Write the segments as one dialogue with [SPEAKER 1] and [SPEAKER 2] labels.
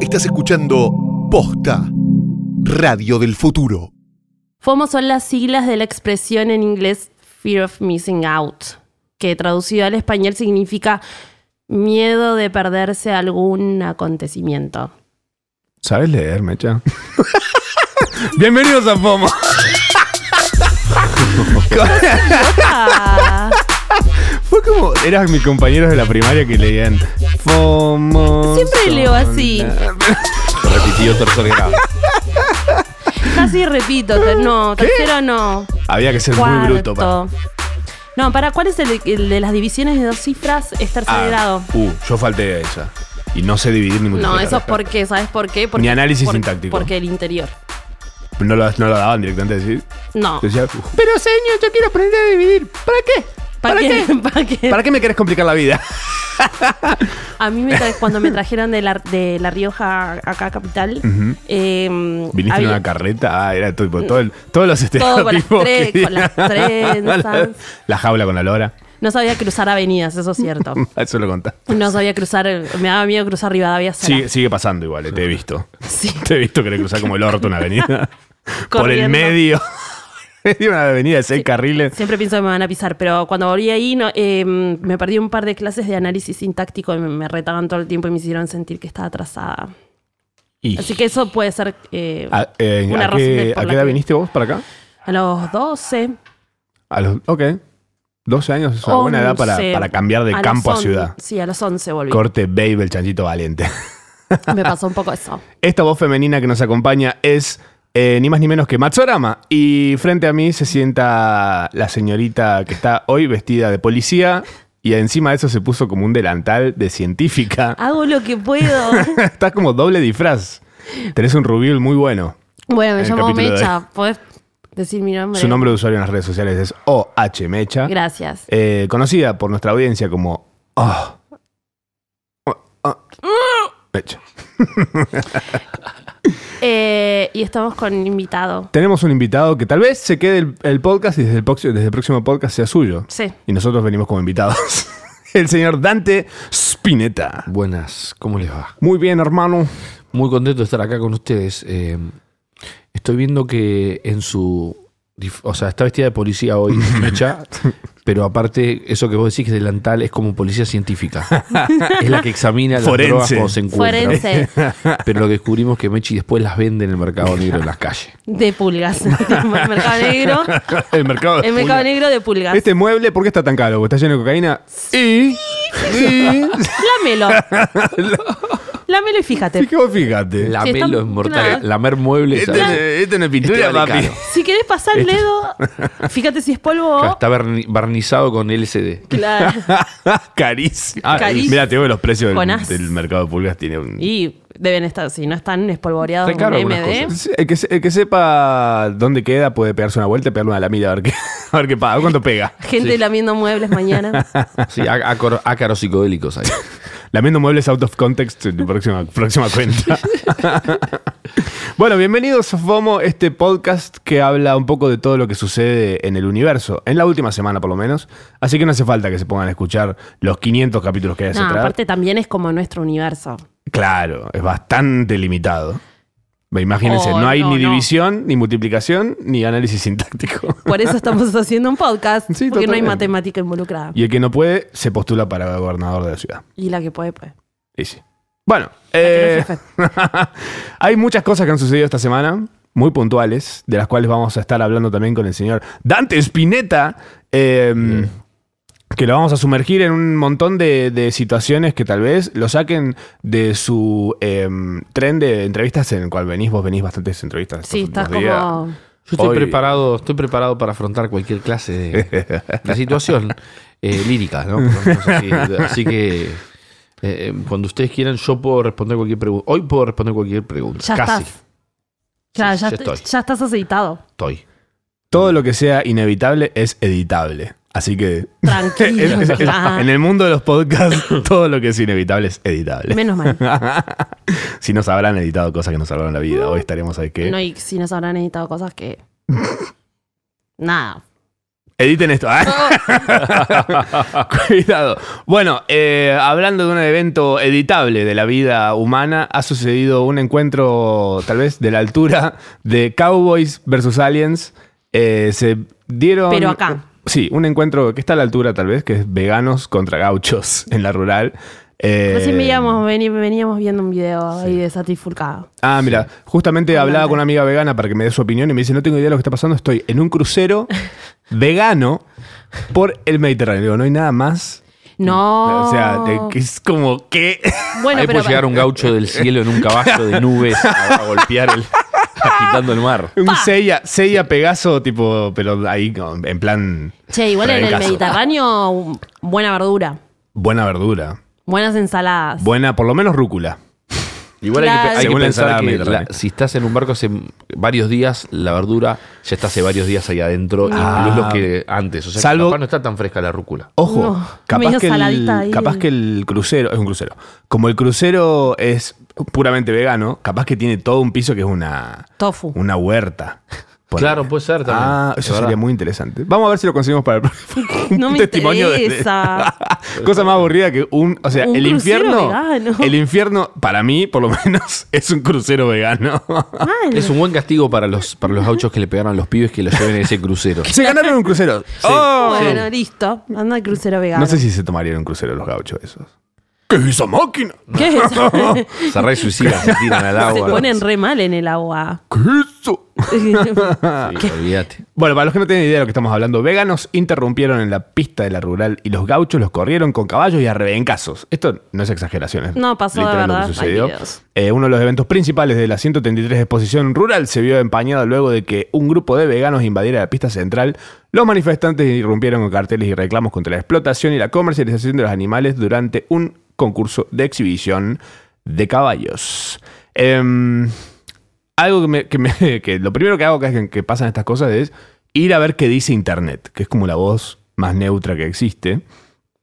[SPEAKER 1] Estás escuchando Posta, Radio del Futuro.
[SPEAKER 2] FOMO son las siglas de la expresión en inglés Fear of Missing Out, que traducido al español significa miedo de perderse algún acontecimiento.
[SPEAKER 3] ¿Sabes leer, Mecha? Bienvenidos a FOMO.
[SPEAKER 2] Ah,
[SPEAKER 3] Fue como. Eras mis compañeros de la primaria que leían FOMO.
[SPEAKER 2] Siempre
[SPEAKER 3] son
[SPEAKER 2] leo así.
[SPEAKER 3] la-
[SPEAKER 4] Repetido tercer grado.
[SPEAKER 2] casi repito, te- no, tercero no.
[SPEAKER 3] Había que ser muy bruto para. Ah,
[SPEAKER 2] Cuarto. No, para ¿cuál es el, el de las divisiones de dos cifras? Es tercer
[SPEAKER 3] Ah,
[SPEAKER 2] grado.
[SPEAKER 3] Uh, yo falté a esa. Y no sé dividir ningún
[SPEAKER 2] No, eso es porque, ¿sabes por qué? Porque,
[SPEAKER 3] Ni análisis
[SPEAKER 2] por-
[SPEAKER 3] sintáctico.
[SPEAKER 2] Porque el interior.
[SPEAKER 3] No lo, no lo daban directamente a decir.
[SPEAKER 2] No.
[SPEAKER 3] Decía, pero señor, yo quiero aprender a dividir. ¿Para qué?
[SPEAKER 2] ¿Para, qué? ¿Para qué?
[SPEAKER 3] ¿Para qué me querés complicar la vida?
[SPEAKER 2] A mí me tra- cuando me trajeron de la, de la Rioja acá a capital, eh,
[SPEAKER 3] ¿Viniste
[SPEAKER 2] había-
[SPEAKER 3] en una carreta? Ah, era todo, todo el- todos los
[SPEAKER 2] Todo con las
[SPEAKER 3] estereotipos.
[SPEAKER 2] tre-
[SPEAKER 3] que-
[SPEAKER 2] con las trenzas.
[SPEAKER 3] la jaula con la lora.
[SPEAKER 2] no sabía cruzar avenidas, eso es cierto.
[SPEAKER 3] Eso lo contás.
[SPEAKER 2] No sabía cruzar, me daba miedo cruzar Rivadavia sola.
[SPEAKER 3] Sigue, sigue pasando igual, eh, te he visto.
[SPEAKER 2] Sí.
[SPEAKER 3] Te he visto querer cruzar como el orto una avenida. Por el
[SPEAKER 2] Corriendo.
[SPEAKER 3] medio. medio de una avenida de seis carriles.
[SPEAKER 2] Siempre pienso que me van a pisar, pero cuando volví ahí no, eh, me perdí un par de clases de análisis sintáctico y me, me retaban todo el tiempo y me hicieron sentir que estaba atrasada.
[SPEAKER 3] Y-
[SPEAKER 2] Así que eso puede ser eh,
[SPEAKER 3] ¿A, eh,
[SPEAKER 2] una
[SPEAKER 3] ¿a
[SPEAKER 2] razón
[SPEAKER 3] qué,
[SPEAKER 2] de- por
[SPEAKER 3] a
[SPEAKER 2] la
[SPEAKER 3] qué edad
[SPEAKER 2] que-
[SPEAKER 3] viniste vos para acá?
[SPEAKER 2] A los 12.
[SPEAKER 3] A los, ok. 12 años es una buena edad para,
[SPEAKER 2] 11.
[SPEAKER 3] para cambiar de
[SPEAKER 2] los
[SPEAKER 3] campo a
[SPEAKER 2] on-
[SPEAKER 3] ciudad.
[SPEAKER 2] Sí, a los 11 volví.
[SPEAKER 3] Corte Babe, el chanchito valiente.
[SPEAKER 2] me pasó un poco eso.
[SPEAKER 3] Esta voz femenina que nos acompaña es eh, ni más ni menos que Matsorama. Y frente a mí se sienta la señorita que está hoy vestida de policía y encima de eso se puso como un delantal de científica.
[SPEAKER 2] Hago lo que puedo.
[SPEAKER 3] Estás como doble disfraz. Tenés un rubil muy bueno.
[SPEAKER 2] bueno, me
[SPEAKER 3] El
[SPEAKER 2] llamo
[SPEAKER 3] capítulo de
[SPEAKER 2] Mecha. ¿Podés decir mi nombre?
[SPEAKER 3] Su nombre de usuario en las redes sociales es OH Mecha.
[SPEAKER 2] Gracias.
[SPEAKER 3] Eh, conocida por nuestra audiencia como Oh. Oh, oh. Mecha.
[SPEAKER 2] Eh, y estamos con un invitado.
[SPEAKER 3] Tenemos un invitado que tal vez se quede el, el podcast y desde el, proxi- desde el próximo podcast sea suyo.
[SPEAKER 2] Sí.
[SPEAKER 3] Y nosotros venimos como invitados. El señor Dante Spinetta.
[SPEAKER 4] Buenas, ¿cómo les va?
[SPEAKER 3] Muy bien, hermano.
[SPEAKER 4] Muy contento de estar acá con ustedes. Eh, estoy viendo que en su. dif- O sea, está vestida de policía hoy, Mecha, pero aparte, eso que vos decís que es delantal es como policía científica. es la que examina las
[SPEAKER 3] Forense.
[SPEAKER 4] drogas cuando se encuentran.
[SPEAKER 2] Forense
[SPEAKER 4] Pero lo que descubrimos que Mechi después las vende en el mercado negro en las calles.
[SPEAKER 2] de pulgas. mercado negro.
[SPEAKER 3] El mercado.
[SPEAKER 2] El mercado negro de pulgas.
[SPEAKER 3] Este mueble, ¿por qué está tan caro? ¿Porque ¿Está lleno de cocaína? Y. y-
[SPEAKER 2] Lámelo. Lámelo y fíjate.
[SPEAKER 3] Fíjate, vos fíjate.
[SPEAKER 4] La
[SPEAKER 2] Sí, está-
[SPEAKER 4] melo es mortal.
[SPEAKER 2] claro.
[SPEAKER 4] Lamer muebles.
[SPEAKER 3] Este,
[SPEAKER 4] ¿sabes?
[SPEAKER 3] este no es pintura,
[SPEAKER 4] Este vale
[SPEAKER 3] papi.
[SPEAKER 4] caro.
[SPEAKER 2] Si querés pasar el
[SPEAKER 4] Este-
[SPEAKER 2] dedo, fíjate si es polvo o.
[SPEAKER 4] Está barni- barnizado con LCD.
[SPEAKER 2] Claro.
[SPEAKER 3] Carísimo.
[SPEAKER 2] Carísimo.
[SPEAKER 3] Mira, te digo los precios del,
[SPEAKER 2] Jonás.
[SPEAKER 3] del mercado de pulgas. Tiene un.
[SPEAKER 2] Y deben estar, si no están espolvoreados
[SPEAKER 4] Está caro
[SPEAKER 2] con
[SPEAKER 4] algunas
[SPEAKER 2] MD.
[SPEAKER 4] cosas.
[SPEAKER 3] Sí, El que, se- el que sepa dónde queda puede pegarse una vuelta y pegarle una lamida a ver qué, a ver qué paga, a ver cuánto pega.
[SPEAKER 2] Gente
[SPEAKER 4] Sí.
[SPEAKER 2] lamiendo muebles mañana.
[SPEAKER 4] Sí, á- ácaro- ácaros psicodélicos ahí.
[SPEAKER 3] Lamiendo muebles out of context en tu próxima, próxima cuenta. bueno, bienvenidos a FOMO, este podcast que habla un poco de todo lo que sucede en el universo, en la última semana por lo menos. Así que no hace falta que se pongan a escuchar los 500 capítulos que hay hacia
[SPEAKER 2] No,
[SPEAKER 3] atrás.
[SPEAKER 2] aparte también es como nuestro universo.
[SPEAKER 3] Claro, es bastante limitado. Ve, Imagínense,
[SPEAKER 2] Oh,
[SPEAKER 3] no hay
[SPEAKER 2] no,
[SPEAKER 3] ni
[SPEAKER 2] no.
[SPEAKER 3] división, ni multiplicación, ni análisis sintáctico.
[SPEAKER 2] Por eso estamos haciendo un podcast,
[SPEAKER 3] Sí,
[SPEAKER 2] porque no hay
[SPEAKER 3] totalmente.
[SPEAKER 2] matemática involucrada.
[SPEAKER 3] Y el que no puede, se postula para gobernador de la ciudad.
[SPEAKER 2] Y la que puede,
[SPEAKER 3] Eh,
[SPEAKER 2] pues.
[SPEAKER 3] Y sí. Bueno, eh,
[SPEAKER 2] que no
[SPEAKER 3] hay muchas cosas que han sucedido esta semana, muy puntuales, de las cuales vamos a estar hablando también con el señor Dante Spinetta, eh, que lo vamos a sumergir en un montón de, de situaciones que tal vez lo saquen de su eh, tren de entrevistas en el cual venís, vos venís bastantes entrevistas. estos
[SPEAKER 2] Sí, estás
[SPEAKER 3] últimos días.
[SPEAKER 2] como.
[SPEAKER 4] Yo estoy
[SPEAKER 3] Hoy-
[SPEAKER 4] preparado, estoy preparado para afrontar cualquier clase de, de situación eh, lírica, ¿no? Por lo menos Así, así que eh, eh, cuando ustedes quieran, yo puedo responder cualquier pregunta. Hoy puedo responder cualquier pregunta.
[SPEAKER 2] Ya
[SPEAKER 4] Casi.
[SPEAKER 2] estás. Claro,
[SPEAKER 4] Sí,
[SPEAKER 2] ya,
[SPEAKER 4] ya
[SPEAKER 2] est-
[SPEAKER 4] estoy.
[SPEAKER 2] ya estás aceitado.
[SPEAKER 4] Estoy.
[SPEAKER 3] Todo lo que sea inevitable es editable. Así que.
[SPEAKER 2] Tranquilo.
[SPEAKER 3] Es- es- es-
[SPEAKER 2] Ah,
[SPEAKER 3] en el mundo de los podcasts, todo lo que es inevitable es editable.
[SPEAKER 2] Menos mal.
[SPEAKER 3] si nos habrán editado cosas que nos salvaron la vida, hoy estaríamos ahí que.
[SPEAKER 2] No, y si nos habrán editado cosas que. Nada.
[SPEAKER 3] Editen esto. ¿eh? Cuidado. Bueno, eh, hablando de un evento editable de la vida humana, ha sucedido un encuentro tal vez de la altura de Cowboys versus Aliens. Eh, se dieron...
[SPEAKER 2] Pero acá.
[SPEAKER 3] Sí, un encuentro que está a la altura tal vez, que es veganos contra gauchos en la rural. Eh,
[SPEAKER 2] Recién veíamos, veni- veníamos viendo un video ahí de Satisfurcado.
[SPEAKER 3] Ah, mira, justamente
[SPEAKER 2] Hola,
[SPEAKER 3] hablaba
[SPEAKER 2] hola.
[SPEAKER 3] con una amiga vegana para que me dé su opinión y me dice, no tengo idea de lo que está pasando, estoy en un crucero vegano por el Mediterráneo. Digo, no hay nada más.
[SPEAKER 2] No.
[SPEAKER 3] O sea,
[SPEAKER 2] Oh.
[SPEAKER 3] te- que es como que...
[SPEAKER 2] bueno,
[SPEAKER 4] Ahí
[SPEAKER 2] pero
[SPEAKER 4] puede llegar un gaucho del cielo en un caballo de nubes a a golpear el. agitando el mar.
[SPEAKER 3] Un Seiya, Seiya Pegaso, tipo, pero ahí con- en plan
[SPEAKER 2] Che, igual
[SPEAKER 3] Pero
[SPEAKER 2] en
[SPEAKER 3] en
[SPEAKER 2] el
[SPEAKER 3] caso.
[SPEAKER 2] Mediterráneo, un- buena verdura,
[SPEAKER 3] buena verdura.
[SPEAKER 2] buenas ensaladas.
[SPEAKER 3] Buena, por lo menos rúcula.
[SPEAKER 4] Igual hay que
[SPEAKER 2] Claro.
[SPEAKER 4] pe- hay que,
[SPEAKER 3] Según la ensalada
[SPEAKER 4] pensar que
[SPEAKER 3] mediterránea.
[SPEAKER 4] la- si estás en un barco hace varios días, la verdura ya está hace varios días ahí adentro,
[SPEAKER 3] Ah.
[SPEAKER 4] incluso que antes. O sea, que
[SPEAKER 3] Salvo-
[SPEAKER 4] capaz no está tan fresca la rúcula.
[SPEAKER 3] Ojo,
[SPEAKER 2] No,
[SPEAKER 3] capaz,
[SPEAKER 2] medio
[SPEAKER 3] que
[SPEAKER 2] saladita ahí.
[SPEAKER 3] el, capaz que el crucero, es un crucero, como el crucero es puramente vegano, capaz que tiene todo un piso que es una,
[SPEAKER 2] Tofu.
[SPEAKER 3] una huerta. Ponele.
[SPEAKER 4] Claro, puede ser también.
[SPEAKER 3] Ah,
[SPEAKER 4] Es
[SPEAKER 3] eso
[SPEAKER 4] verdad.
[SPEAKER 3] sería muy interesante. Vamos a ver si lo conseguimos para el
[SPEAKER 2] No me
[SPEAKER 3] de-
[SPEAKER 2] interesa.
[SPEAKER 3] Cosa más aburrida que un. O sea,
[SPEAKER 2] Un
[SPEAKER 3] el
[SPEAKER 2] crucero
[SPEAKER 3] infierno.
[SPEAKER 2] vegano.
[SPEAKER 3] El infierno, para mí, por lo menos, es un crucero vegano.
[SPEAKER 2] Mal.
[SPEAKER 4] Es un buen castigo para los, para los gauchos que le pegaron a los pibes que los lleven en ese crucero.
[SPEAKER 3] Se ganaron un crucero. Oh.
[SPEAKER 2] Bueno, listo. Anda al crucero vegano.
[SPEAKER 3] No sé si se tomarían un crucero los gauchos esos. ¿Qué es esa máquina?
[SPEAKER 2] ¿Qué es eso?
[SPEAKER 4] Se re suicidan, se tiran al
[SPEAKER 2] Se
[SPEAKER 4] agua.
[SPEAKER 2] ponen re mal en el agua.
[SPEAKER 3] ¿Qué es eso?
[SPEAKER 4] Sí, olvídate.
[SPEAKER 3] Bueno, para los que no tienen idea de lo que estamos hablando, veganos interrumpieron en la pista de la rural y los gauchos los corrieron con caballos y a rebencazos. Esto no es exageración, es
[SPEAKER 2] No, pasó de
[SPEAKER 3] literal lo que
[SPEAKER 2] verdad, hay
[SPEAKER 3] sucedió.
[SPEAKER 2] videos.
[SPEAKER 3] Eh, uno de los eventos principales de la 133 exposición rural se vio empañado luego de que un grupo de veganos invadiera la pista central. Los manifestantes irrumpieron con carteles y reclamos contra la explotación y la comercialización de los animales durante un concurso de exhibición de caballos. Em, algo que, me- que me- que lo primero que hago cada vez que, que pasan estas cosas es ir a ver qué dice Internet, que es como la voz más neutra que existe.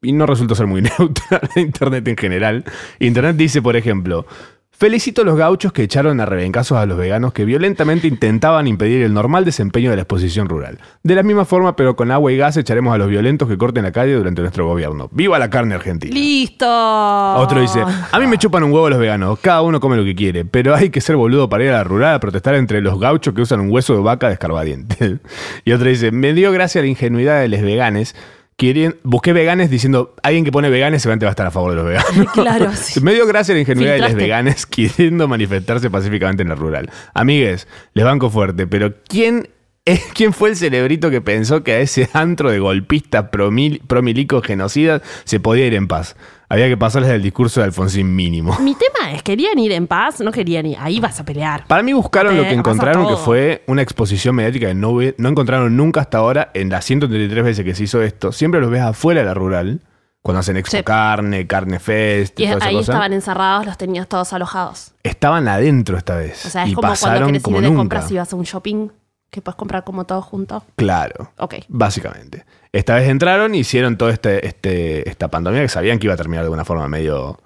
[SPEAKER 3] Y no resulta ser muy neutra la Internet en general. Internet dice, por ejemplo, felicito a los gauchos que echaron a rebencazos a los veganos que violentamente intentaban impedir el normal desempeño de la exposición rural. De la misma forma, pero con agua y gas echaremos a los violentos que corten la calle durante nuestro gobierno. ¡Viva la carne argentina!
[SPEAKER 2] Listo.
[SPEAKER 3] Otro dice, a mí me chupan un huevo los veganos, cada uno come lo que quiere, pero hay que ser boludo para ir a la rural a protestar entre los gauchos que usan un hueso de vaca de escarbadiente. Y otro dice, me dio gracia la ingenuidad de los veganes. Querien- busqué veganes diciendo, alguien que pone veganes seguramente va a estar a favor de los veganos.
[SPEAKER 2] Claro, sí.
[SPEAKER 3] Me dio gracia la ingenuidad de
[SPEAKER 2] Filtraste.
[SPEAKER 3] los veganes queriendo manifestarse pacíficamente en la rural. Amigues, les banco fuerte, pero ¿quién, es, ¿quién fue el cerebrito que pensó que a ese antro de golpistas promil, promilicos genocidas se podía ir en paz? Había que pasarles el discurso de Alfonsín mínimo.
[SPEAKER 2] Mi tema es, ¿querían ir en paz? No querían ir. Ahí vas a pelear.
[SPEAKER 3] Para mí buscaron lo
[SPEAKER 2] Eh,
[SPEAKER 3] que
[SPEAKER 2] pasa
[SPEAKER 3] encontraron, que
[SPEAKER 2] todo.
[SPEAKER 3] fue una exposición mediática que no, ve- no encontraron nunca hasta ahora en las 133 veces que se hizo esto. Siempre los ves afuera de la rural, cuando hacen expo
[SPEAKER 2] Sí.
[SPEAKER 3] carne, carne fest y,
[SPEAKER 2] Y
[SPEAKER 3] toda esa
[SPEAKER 2] ahí
[SPEAKER 3] cosa.
[SPEAKER 2] estaban encerrados, los tenías todos alojados.
[SPEAKER 3] estaban adentro esta vez.
[SPEAKER 2] O sea, es
[SPEAKER 3] y
[SPEAKER 2] como cuando
[SPEAKER 3] pasaron
[SPEAKER 2] querés
[SPEAKER 3] como
[SPEAKER 2] ir de
[SPEAKER 3] nunca.
[SPEAKER 2] compras y vas a un shopping, que puedes comprar como todos juntos.
[SPEAKER 3] Claro.
[SPEAKER 2] Ok.
[SPEAKER 3] Básicamente. Esta vez entraron y hicieron toda este, este, esta pandemia que sabían que iba a terminar de una forma medio.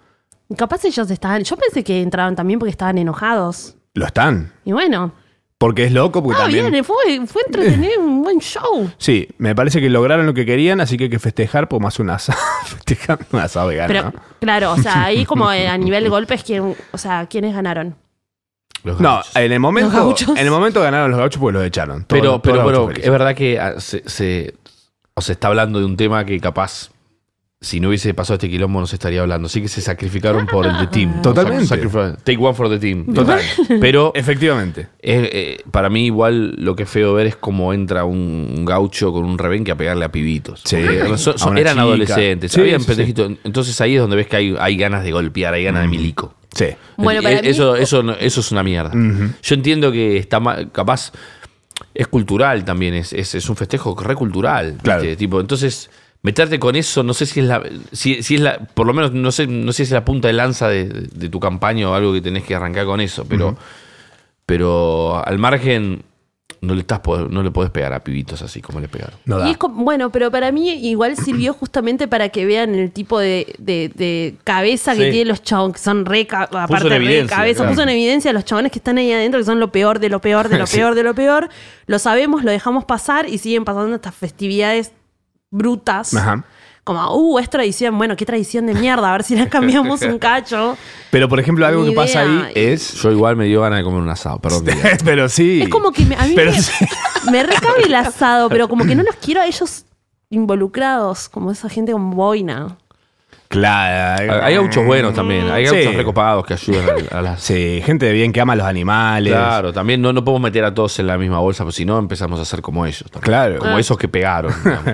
[SPEAKER 2] Capaz ellos estaban. Yo pensé que entraron también porque estaban enojados.
[SPEAKER 3] Lo están.
[SPEAKER 2] Y bueno.
[SPEAKER 3] Porque es loco, porque
[SPEAKER 2] Ah,
[SPEAKER 3] también.
[SPEAKER 2] bien, fue, fue entretenido, un buen show.
[SPEAKER 3] Sí, me parece que lograron lo que querían, así que hay que festejar por más un asado. Festejar un asado vegano.
[SPEAKER 2] Pero,
[SPEAKER 3] ¿no?
[SPEAKER 2] claro, o sea, ahí como a nivel golpes, ¿quién, o sea, ¿quiénes ganaron?
[SPEAKER 4] Los
[SPEAKER 3] No,
[SPEAKER 4] gauchos.
[SPEAKER 3] en el momento.
[SPEAKER 2] gauchos.
[SPEAKER 3] En el momento ganaron los gauchos porque los echaron. Todos-
[SPEAKER 4] eh, pero,
[SPEAKER 3] todos
[SPEAKER 4] pero,
[SPEAKER 3] los
[SPEAKER 4] pero
[SPEAKER 3] gauchos
[SPEAKER 4] es verdad que ah, se, se- o se está hablando de un tema que capaz, si no hubiese pasado este quilombo, no se estaría hablando. Así que se sacrificaron por el The Team.
[SPEAKER 3] Totalmente.
[SPEAKER 4] Sac- sacrificaron- Take one for the team.
[SPEAKER 3] Total.
[SPEAKER 4] Pero
[SPEAKER 3] felices. Efectivamente.
[SPEAKER 4] eh, eh, para mí igual lo que es feo ver es cómo entra un, un gaucho con un rebenque a pegarle a pibitos.
[SPEAKER 3] Sí.
[SPEAKER 4] Porque
[SPEAKER 3] Ay.
[SPEAKER 4] son- son-
[SPEAKER 3] A una
[SPEAKER 4] eran
[SPEAKER 3] chica.
[SPEAKER 4] adolescentes,
[SPEAKER 3] Sí,
[SPEAKER 4] habían
[SPEAKER 3] sí, sí.
[SPEAKER 4] pendejitos. Entonces ahí es donde ves que hay, hay ganas de golpear, hay
[SPEAKER 3] Mm.
[SPEAKER 4] ganas de milico.
[SPEAKER 3] Sí.
[SPEAKER 2] Bueno, para
[SPEAKER 4] Eh,
[SPEAKER 2] mí-
[SPEAKER 4] eso, eso, no- eso es una mierda. Yo entiendo que está ma- capaz. Es cultural también, es, es, es un festejo recultural.
[SPEAKER 3] Claro.
[SPEAKER 4] Tipo, entonces, meterte con eso, no sé si es la. Si, si es la por lo menos, no sé, no sé si es la punta de lanza de, de tu campaña o algo que tenés que arrancar con eso, pero. Pero al margen. No le, estás, pod- no le podés pegar a pibitos así como le pegaron.
[SPEAKER 3] No
[SPEAKER 2] Y
[SPEAKER 3] da.
[SPEAKER 2] es como- bueno, pero para mí igual sirvió justamente para que vean el tipo de, de- de cabeza que
[SPEAKER 5] Sí.
[SPEAKER 2] tienen los chabones, que son re, ca- aparte
[SPEAKER 5] en
[SPEAKER 2] re
[SPEAKER 5] evidencia,
[SPEAKER 2] cabeza,
[SPEAKER 5] claro.
[SPEAKER 2] puso en evidencia a los chabones que están ahí adentro, que son lo peor de lo peor, de lo peor, de lo peor. Lo sabemos, lo dejamos pasar y siguen pasando estas festividades brutas.
[SPEAKER 3] Ajá.
[SPEAKER 2] Como, uh, es tradición, bueno, qué tradición de mierda, a ver si la cambiamos un cacho.
[SPEAKER 3] Pero, por ejemplo, algo
[SPEAKER 2] Ni
[SPEAKER 3] que pasa
[SPEAKER 2] idea.
[SPEAKER 3] ahí es.
[SPEAKER 4] Yo igual me dio ganas de comer un asado, perdón. que diga.
[SPEAKER 3] pero sí.
[SPEAKER 2] Es como que me- a mí
[SPEAKER 3] Pero
[SPEAKER 2] me,
[SPEAKER 3] sí.
[SPEAKER 2] me recabe el asado, pero como que no los quiero a ellos involucrados, como esa gente con boina.
[SPEAKER 3] Claro.
[SPEAKER 4] hay gauchos buenos también, hay
[SPEAKER 3] Sí.
[SPEAKER 4] gauchos recopados que ayudan a, a las...
[SPEAKER 3] Sí, gente de bien que ama a los animales.
[SPEAKER 4] Claro, también no, no podemos meter a todos en la misma bolsa, porque si no empezamos a ser como ellos. también.
[SPEAKER 3] Claro.
[SPEAKER 4] Como
[SPEAKER 2] Ah.
[SPEAKER 4] esos que pegaron. digamos.
[SPEAKER 3] Lo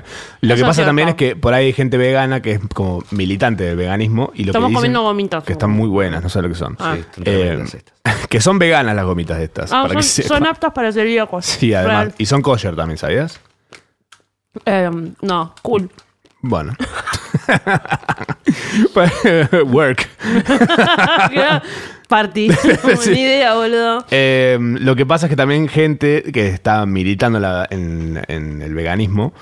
[SPEAKER 2] Eso
[SPEAKER 3] que
[SPEAKER 2] es
[SPEAKER 3] pasa también es
[SPEAKER 2] cierto.
[SPEAKER 3] que por ahí hay gente vegana que es como militante del veganismo y lo
[SPEAKER 2] Estamos
[SPEAKER 3] que dicen
[SPEAKER 2] comiendo gomitas.
[SPEAKER 3] que están muy buenas, no sé lo que son.
[SPEAKER 2] Ah.
[SPEAKER 4] Sí, están
[SPEAKER 3] Eh,
[SPEAKER 4] tremendas estas.
[SPEAKER 3] que son veganas las gomitas de estas.
[SPEAKER 2] Ah,
[SPEAKER 3] para
[SPEAKER 2] son,
[SPEAKER 3] que sepan.
[SPEAKER 2] son aptas para celíacos.
[SPEAKER 3] Sí, además. Y son kosher también, ¿sabías?
[SPEAKER 2] Real. Eh, no, cool.
[SPEAKER 3] Bueno. Work.
[SPEAKER 2] Ah, Party. Ni idea, boludo.
[SPEAKER 3] Eh, lo que pasa es que también gente que está militando la- en, en el veganismo,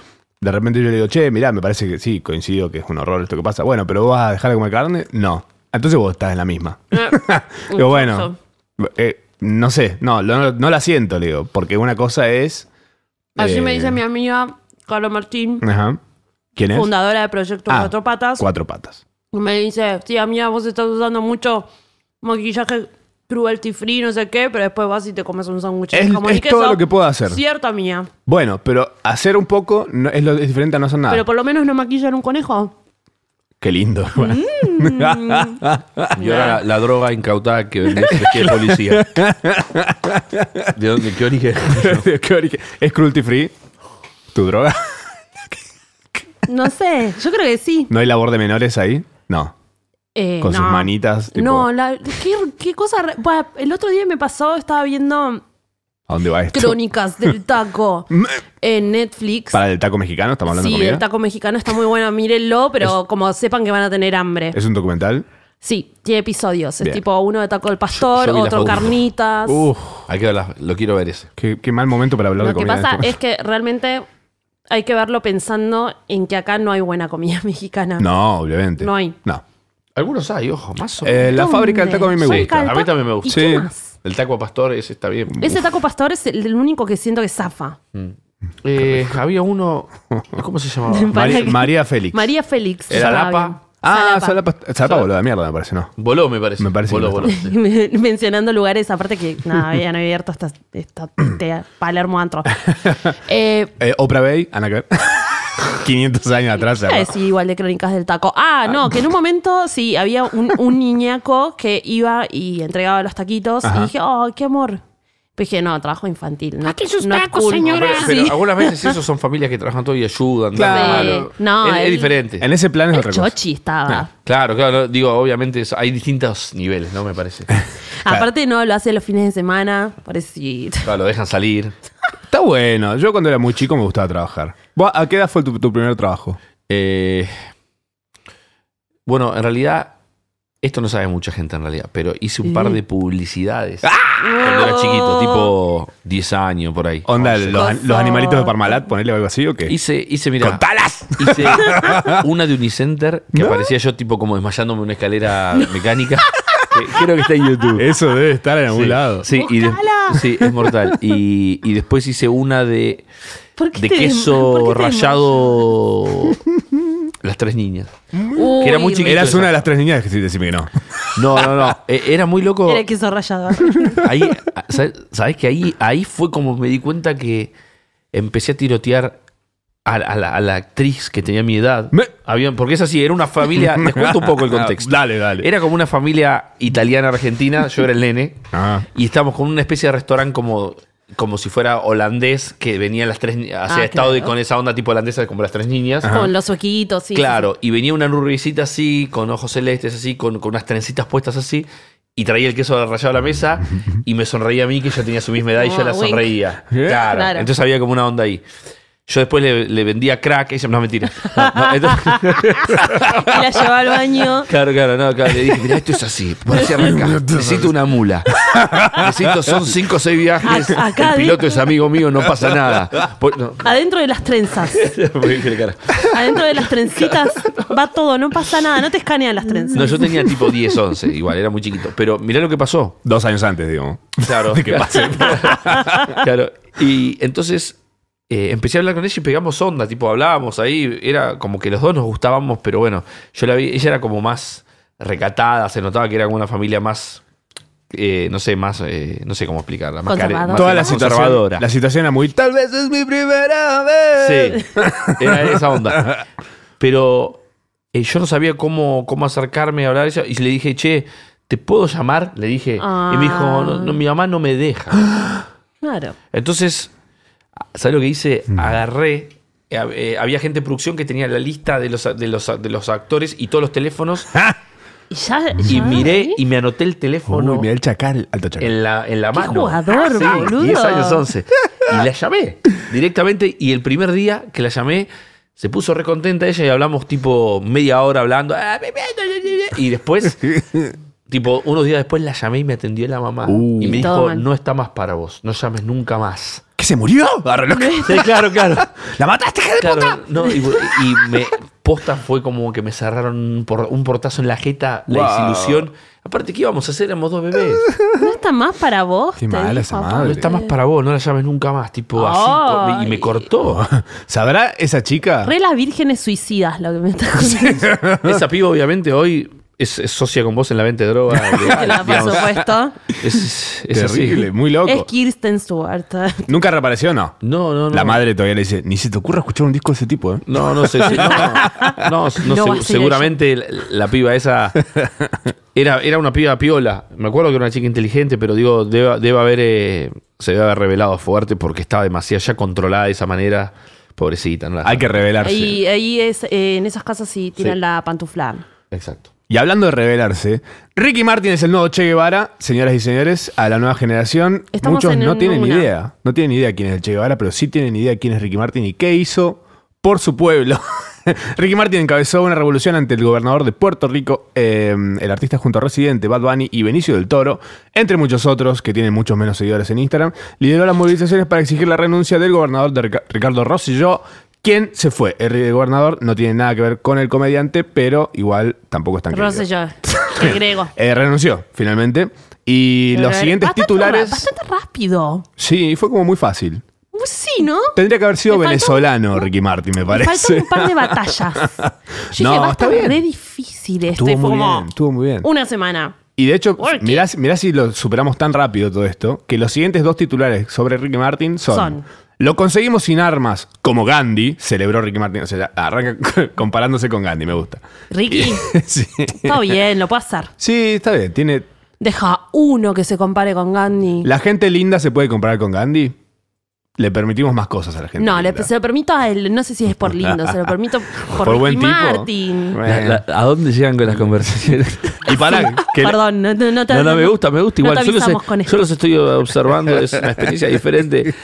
[SPEAKER 3] de repente yo le digo, che, mirá, me parece que sí, coincido que es un horror esto que pasa. Bueno, pero vos vas a dejar de comer carne? No. Entonces vos estás en la misma.
[SPEAKER 2] Eh,
[SPEAKER 3] Digo, bueno, eh, no sé, no, lo- no la siento, le digo, porque una cosa es...
[SPEAKER 2] Así
[SPEAKER 3] eh,
[SPEAKER 2] me dice mi amiga Carla Martín,
[SPEAKER 3] Ajá. ¿Quién es?
[SPEAKER 2] fundadora de Proyecto
[SPEAKER 3] Ah,
[SPEAKER 2] Cuatro Patas.
[SPEAKER 3] Cuatro patas.
[SPEAKER 2] Me dice, tía mía, vos estás usando mucho maquillaje cruelty free, no sé qué, pero después vas y te comes un sándwich de
[SPEAKER 3] Es-
[SPEAKER 2] jamón y
[SPEAKER 3] es todo
[SPEAKER 2] queso".
[SPEAKER 3] lo que puedo hacer.
[SPEAKER 2] Cierto, mía.
[SPEAKER 3] Bueno, pero hacer un poco no- es, lo, es diferente a no hacer nada.
[SPEAKER 2] Pero por lo menos no maquillan un conejo.
[SPEAKER 3] Qué lindo.
[SPEAKER 2] ¿Mm?
[SPEAKER 4] Y ahora la, la droga incautada que vendés es que es policía. ¿De dónde? ¿Qué origen?
[SPEAKER 3] Qué origen. es cruelty free. ¿Tu droga?
[SPEAKER 2] No sé, yo creo que sí.
[SPEAKER 3] ¿No hay labor de menores ahí? No.
[SPEAKER 2] Eh,
[SPEAKER 3] Con sus manitas, tipo-
[SPEAKER 2] No, la- ¿qué, qué cosa. re- Buah, el otro día me pasó, estaba viendo
[SPEAKER 3] ¿A dónde va esto?
[SPEAKER 2] Crónicas del Taco
[SPEAKER 3] Me-
[SPEAKER 2] en Netflix.
[SPEAKER 3] Para el taco mexicano, estamos hablando
[SPEAKER 2] sí,
[SPEAKER 3] de
[SPEAKER 2] el
[SPEAKER 3] comida.
[SPEAKER 2] taco mexicano está muy bueno, mírenlo, pero como sepan que van a tener hambre.
[SPEAKER 3] Es un documental.
[SPEAKER 2] Sí, tiene episodios. Es
[SPEAKER 3] Bien.
[SPEAKER 2] tipo uno de taco del pastor,
[SPEAKER 4] Yo- yo vi la
[SPEAKER 2] otro
[SPEAKER 4] foto.
[SPEAKER 2] carnitas.
[SPEAKER 3] Uf,
[SPEAKER 4] Hay que hablar, lo quiero ver ese.
[SPEAKER 3] qué, qué mal momento para Uh, hablar de
[SPEAKER 2] Lo que
[SPEAKER 3] comida. este
[SPEAKER 2] pasa es que realmente hay que verlo pensando en que acá no hay buena comida mexicana.
[SPEAKER 3] No, obviamente.
[SPEAKER 2] No hay.
[SPEAKER 3] No.
[SPEAKER 4] Algunos hay, ojo, más o
[SPEAKER 3] Eh,
[SPEAKER 4] menos.
[SPEAKER 3] la
[SPEAKER 2] ¿Dónde?
[SPEAKER 3] fábrica del taco a mí me
[SPEAKER 2] Fábrica
[SPEAKER 3] gusta.
[SPEAKER 2] del
[SPEAKER 4] A mí
[SPEAKER 2] taco.
[SPEAKER 4] también me gusta.
[SPEAKER 2] ¿Y qué
[SPEAKER 3] Sí.
[SPEAKER 2] más?
[SPEAKER 4] El taco a pastor, ese está bien.
[SPEAKER 2] Ese taco pastor es el el único que siento que zafa.
[SPEAKER 4] Eh, había uno. ¿Cómo se llamaba?
[SPEAKER 2] Me parece
[SPEAKER 3] María,
[SPEAKER 2] que-
[SPEAKER 3] María Félix.
[SPEAKER 2] María Félix.
[SPEAKER 4] Era
[SPEAKER 2] estaba
[SPEAKER 4] Lapa.
[SPEAKER 2] bien.
[SPEAKER 3] Ah,
[SPEAKER 2] Salapa.
[SPEAKER 3] Salapa. Salapa, boludo de mierda, me parece, ¿no?
[SPEAKER 4] Voló, me parece.
[SPEAKER 3] Me parece
[SPEAKER 4] Voló,
[SPEAKER 3] que no
[SPEAKER 4] voló.
[SPEAKER 3] está
[SPEAKER 4] sí.
[SPEAKER 2] mencionando lugares, aparte que nada, habían abierto esta, esta, este Palermo Antro. Eh,
[SPEAKER 3] Eh, Oprah Bay, Ana Ker- 500 años atrás.
[SPEAKER 2] iba a
[SPEAKER 3] cerró.
[SPEAKER 2] decir igual de crónicas del taco. Ah, no, que en un momento sí, había un, un niñaco que iba y entregaba los taquitos
[SPEAKER 3] Ajá.
[SPEAKER 2] y dije, oh, qué amor. Pues dije, no, trabajo infantil. No,
[SPEAKER 6] Aquí sus
[SPEAKER 2] no es
[SPEAKER 6] tacos,
[SPEAKER 2] cool".
[SPEAKER 6] señora.
[SPEAKER 4] Pero, pero
[SPEAKER 2] Sí.
[SPEAKER 4] algunas veces esos son familias que trabajan todo y ayudan. dan
[SPEAKER 3] Claro.
[SPEAKER 4] la mano.
[SPEAKER 2] Sí. No,
[SPEAKER 4] es, es
[SPEAKER 2] él-
[SPEAKER 4] diferente.
[SPEAKER 3] En ese plan es
[SPEAKER 2] El
[SPEAKER 3] otra cosa.
[SPEAKER 2] chochi estaba.
[SPEAKER 3] Ah.
[SPEAKER 4] Claro, claro. no, Digo, obviamente es- hay distintos niveles, ¿no? Me parece.
[SPEAKER 2] Aparte no, lo hace los fines de semana, pobrecito.
[SPEAKER 4] Claro, lo dejan salir.
[SPEAKER 3] Está bueno. Yo cuando era muy chico me gustaba trabajar. ¿Vos ¿A qué edad fue tu, tu primer trabajo?
[SPEAKER 4] Eh, bueno, en realidad, esto no sabe mucha gente en realidad, pero hice un par de publicidades cuando era chiquito, tipo 10 años por ahí.
[SPEAKER 3] ¿Onda
[SPEAKER 4] 11.
[SPEAKER 3] los,
[SPEAKER 2] Cosa.
[SPEAKER 3] los animalitos de Parmalat, ponerle algo así o qué?
[SPEAKER 4] Hice, hice, mira.
[SPEAKER 3] ¡Contalas!
[SPEAKER 4] Hice una de Unicenter que aparecía yo tipo como desmayándome en una escalera mecánica. que Creo que está en YouTube.
[SPEAKER 3] Eso debe estar en algún
[SPEAKER 4] sí,
[SPEAKER 3] lado.
[SPEAKER 4] Sí, y de- sí, es mortal. Y, y después hice una de,
[SPEAKER 2] ¿Por qué
[SPEAKER 4] de
[SPEAKER 2] te desma-
[SPEAKER 4] queso
[SPEAKER 2] por qué te
[SPEAKER 4] rallado. Las tres niñas.
[SPEAKER 2] desmayas?
[SPEAKER 4] que era
[SPEAKER 2] Uy,
[SPEAKER 4] muy chiquito.
[SPEAKER 3] Eras una de las tres niñas que sí, decime que no.
[SPEAKER 4] No, no, no. Eh, Era muy loco.
[SPEAKER 2] Era queso rallado.
[SPEAKER 4] Ahí, ah, ¿sabes, sabes que ahí, ahí fue como me di cuenta que empecé a tirotear a, la- a la, a la actriz que tenía mi edad.
[SPEAKER 3] Me- Ah,
[SPEAKER 4] Había- porque es así, era una familia. Les cuento un poco el contexto.
[SPEAKER 3] Dale, dale.
[SPEAKER 4] Era como una familia italiana argentina, yo era el nene,
[SPEAKER 3] Ah.
[SPEAKER 4] y estábamos con una especie de restaurante como, como si fuera holandés, que venían las tres ni- hacia
[SPEAKER 2] Ah,
[SPEAKER 4] estado de
[SPEAKER 2] claro.
[SPEAKER 4] con esa onda tipo holandesa de como las tres niñas.
[SPEAKER 2] Con los huequitos, sí.
[SPEAKER 4] claro, y venía una nubecita así, con ojos celestes así, con, con unas trencitas puestas así, y traía el queso rallado a la mesa, y me sonreía a mí que yo tenía su misma edad y
[SPEAKER 2] Ah,
[SPEAKER 4] yo la
[SPEAKER 2] wink.
[SPEAKER 4] sonreía.
[SPEAKER 3] Yeah.
[SPEAKER 4] Claro.
[SPEAKER 2] Claro.
[SPEAKER 4] Entonces había como una onda ahí. Yo después le, le vendía crack. Ella, no, mentira. No, no, entonces-
[SPEAKER 2] Y la llevaba al baño.
[SPEAKER 4] Claro, claro, no, claro. Le dije, mira, esto es así. por así arranca. Necesito una mula. Necesito, son cinco o seis viajes.
[SPEAKER 2] A- acá
[SPEAKER 4] el piloto
[SPEAKER 2] adentro.
[SPEAKER 4] es amigo mío, no pasa nada. Por- no.
[SPEAKER 2] Adentro de las trenzas.
[SPEAKER 4] Me dije la cara.
[SPEAKER 2] Adentro de las trencitas va todo, no pasa nada, no te escanean las trenzas.
[SPEAKER 4] No, yo tenía tipo 10, 11, igual, era muy chiquito. Pero mirá lo que pasó.
[SPEAKER 3] Dos años antes, digamos.
[SPEAKER 4] Claro.
[SPEAKER 3] De que pase.
[SPEAKER 4] Claro. Y entonces eh, empecé a hablar con ella y pegamos onda, tipo hablábamos ahí, era como que los dos nos gustábamos, pero bueno, yo la vi, ella era como más recatada, se notaba que era como una familia más, eh, no sé, más, eh, no sé cómo explicarla, más, care-
[SPEAKER 2] Conservadora.
[SPEAKER 4] más-
[SPEAKER 3] Toda la
[SPEAKER 4] más
[SPEAKER 3] situación,
[SPEAKER 4] conservadora.
[SPEAKER 3] la situación era muy. Tal vez es mi primera vez.
[SPEAKER 4] Sí, era esa onda. Pero eh, yo no sabía cómo, cómo acercarme a hablar eso. Y le dije, che, ¿te puedo llamar? Le dije. Y me dijo, no, no, mi mamá no me deja.
[SPEAKER 2] Claro.
[SPEAKER 4] Entonces, ¿sabes lo que hice?
[SPEAKER 3] Mm.
[SPEAKER 4] Agarré. eh, hab- eh, había gente de producción que tenía la lista de los, a- de los, a- de los actores y todos los teléfonos.
[SPEAKER 3] Ah.
[SPEAKER 2] Y ya.
[SPEAKER 4] Y ¿eh?
[SPEAKER 2] ya-
[SPEAKER 4] miré y me anoté el
[SPEAKER 3] Uy,
[SPEAKER 4] teléfono
[SPEAKER 3] mirá el chacal, alto chacal.
[SPEAKER 4] en la, en la
[SPEAKER 2] Qué
[SPEAKER 4] mano.
[SPEAKER 2] jugador, boludo.
[SPEAKER 4] 10 años 11. Y la llamé directamente. Y el primer día que la llamé, se puso recontenta ella y hablamos tipo media hora hablando. "Ah, me meto, ye, ye, ye". Y después, tipo unos días después, la llamé y me atendió la mamá.
[SPEAKER 3] Uh.
[SPEAKER 4] Y me
[SPEAKER 2] Todo
[SPEAKER 4] dijo,
[SPEAKER 2] mal.
[SPEAKER 4] no está más para vos. No llames nunca más.
[SPEAKER 3] ¿Qué se murió? Agarra loca.
[SPEAKER 4] Sí, claro, claro.
[SPEAKER 3] ¡La mataste, hija de puta!
[SPEAKER 4] Claro, no, y, y me posta fue como que me cerraron un, por- un portazo en la jeta, la
[SPEAKER 3] Wow.
[SPEAKER 4] desilusión. Aparte, ¿qué íbamos a hacer? Éramos dos bebés.
[SPEAKER 2] No está más para vos.
[SPEAKER 3] Qué
[SPEAKER 2] te
[SPEAKER 3] mala
[SPEAKER 2] dijo,
[SPEAKER 3] esa
[SPEAKER 2] papá.
[SPEAKER 3] madre.
[SPEAKER 4] No está más para vos, no la llames nunca más. Tipo así. co- Y me
[SPEAKER 2] Ay.
[SPEAKER 4] cortó.
[SPEAKER 3] ¿Sabrá esa chica?
[SPEAKER 2] Re las vírgenes suicidas, lo que me estás contando.
[SPEAKER 4] Esa piba, obviamente, hoy es, es socia con vos en la venta de droga.
[SPEAKER 2] Que la, por
[SPEAKER 4] digamos.
[SPEAKER 2] supuesto.
[SPEAKER 4] Es, es- es así.
[SPEAKER 3] Terrible, muy loco.
[SPEAKER 2] Es Kirsten Stewart.
[SPEAKER 3] ¿Nunca reapareció no?
[SPEAKER 4] No, no, no.
[SPEAKER 3] La madre todavía le dice, ni se te ocurra escuchar un disco de ese tipo, ¿eh?
[SPEAKER 4] No, no sé. si- No, no, no, se-
[SPEAKER 2] No va a ser
[SPEAKER 4] seguramente la, la piba esa era, era una piba piola. Me acuerdo que era una chica inteligente, pero digo, debe, debe haber. eh, se debe haber revelado fuerte porque estaba demasiado ya controlada de esa manera. Pobrecita, ¿no? la-
[SPEAKER 3] Hay que revelarse.
[SPEAKER 2] Ahí, ahí es, eh, en esas casas sí tiran
[SPEAKER 4] Sí.
[SPEAKER 2] la pantufla.
[SPEAKER 4] Exacto.
[SPEAKER 3] Y hablando de revelarse, Ricky Martin es el nuevo Che Guevara, señoras y señores, a la nueva generación.
[SPEAKER 2] Estamos
[SPEAKER 3] Muchos
[SPEAKER 2] en
[SPEAKER 3] no
[SPEAKER 2] un-
[SPEAKER 3] tienen
[SPEAKER 2] una.
[SPEAKER 3] idea, no tienen idea quién es el Che Guevara, pero sí tienen idea quién es Ricky Martin y qué hizo por su pueblo. Ricky Martin encabezó una revolución ante el gobernador de Puerto Rico, eh, el artista junto a Residente, Bad Bunny y Benicio del Toro, entre muchos otros que tienen muchos menos seguidores en Instagram, lideró las movilizaciones para exigir la renuncia del gobernador de Rica- Ricardo Rosselló, quien se fue. El gobernador no tiene nada que ver con el comediante, pero igual tampoco es tan querido.
[SPEAKER 2] Rosselló. El griego.
[SPEAKER 3] Eh, renunció, finalmente. Y
[SPEAKER 2] Pero
[SPEAKER 3] los
[SPEAKER 2] era
[SPEAKER 3] siguientes
[SPEAKER 2] bastante
[SPEAKER 3] titulares.
[SPEAKER 2] ra- Bastante rápido.
[SPEAKER 3] Sí, fue como muy fácil.
[SPEAKER 2] Pues Sí, ¿no?
[SPEAKER 3] Tendría que haber sido
[SPEAKER 2] Le faltó-
[SPEAKER 3] venezolano Ricky Martin, me
[SPEAKER 2] Me Faltan
[SPEAKER 3] parece.
[SPEAKER 2] un par de batallas. Yo dije,
[SPEAKER 3] No,
[SPEAKER 2] va a
[SPEAKER 3] está
[SPEAKER 2] estar
[SPEAKER 3] bien.
[SPEAKER 2] re difícil esto.
[SPEAKER 3] Estuvo
[SPEAKER 2] y fue
[SPEAKER 3] muy
[SPEAKER 2] como
[SPEAKER 3] bien, estuvo muy bien.
[SPEAKER 2] Una semana.
[SPEAKER 3] Y de hecho,
[SPEAKER 2] Working.
[SPEAKER 3] mirá, mirá si lo superamos tan rápido todo esto, que los siguientes dos titulares sobre Ricky Martin son.
[SPEAKER 2] Son.
[SPEAKER 3] Lo conseguimos sin armas, como Gandhi, celebró Ricky Martin. O sea, arranca comparándose con Gandhi, me gusta.
[SPEAKER 2] Ricky,
[SPEAKER 3] sí.
[SPEAKER 2] está bien, lo puedo hacer.
[SPEAKER 3] sí, está bien. Tiene,
[SPEAKER 2] Deja uno que se compare con Gandhi.
[SPEAKER 3] la gente linda se puede comparar con Gandhi. Le permitimos más cosas a la gente.
[SPEAKER 2] No, le-
[SPEAKER 3] linda.
[SPEAKER 2] se lo permito a él. No sé si es por lindo, se lo permito por,
[SPEAKER 3] Por buen
[SPEAKER 2] Ricky
[SPEAKER 3] tipo.
[SPEAKER 2] Martin.
[SPEAKER 4] La-
[SPEAKER 3] Bueno.
[SPEAKER 4] la- ¿A dónde llegan con las conversaciones?
[SPEAKER 3] Y pará, que
[SPEAKER 2] Perdón, no, no, te
[SPEAKER 4] No, no, me gusta, me gusta
[SPEAKER 2] no
[SPEAKER 4] igual.
[SPEAKER 2] te
[SPEAKER 4] yo, los,
[SPEAKER 2] avisamos con esto.
[SPEAKER 4] yo los estoy observando, es una experiencia diferente.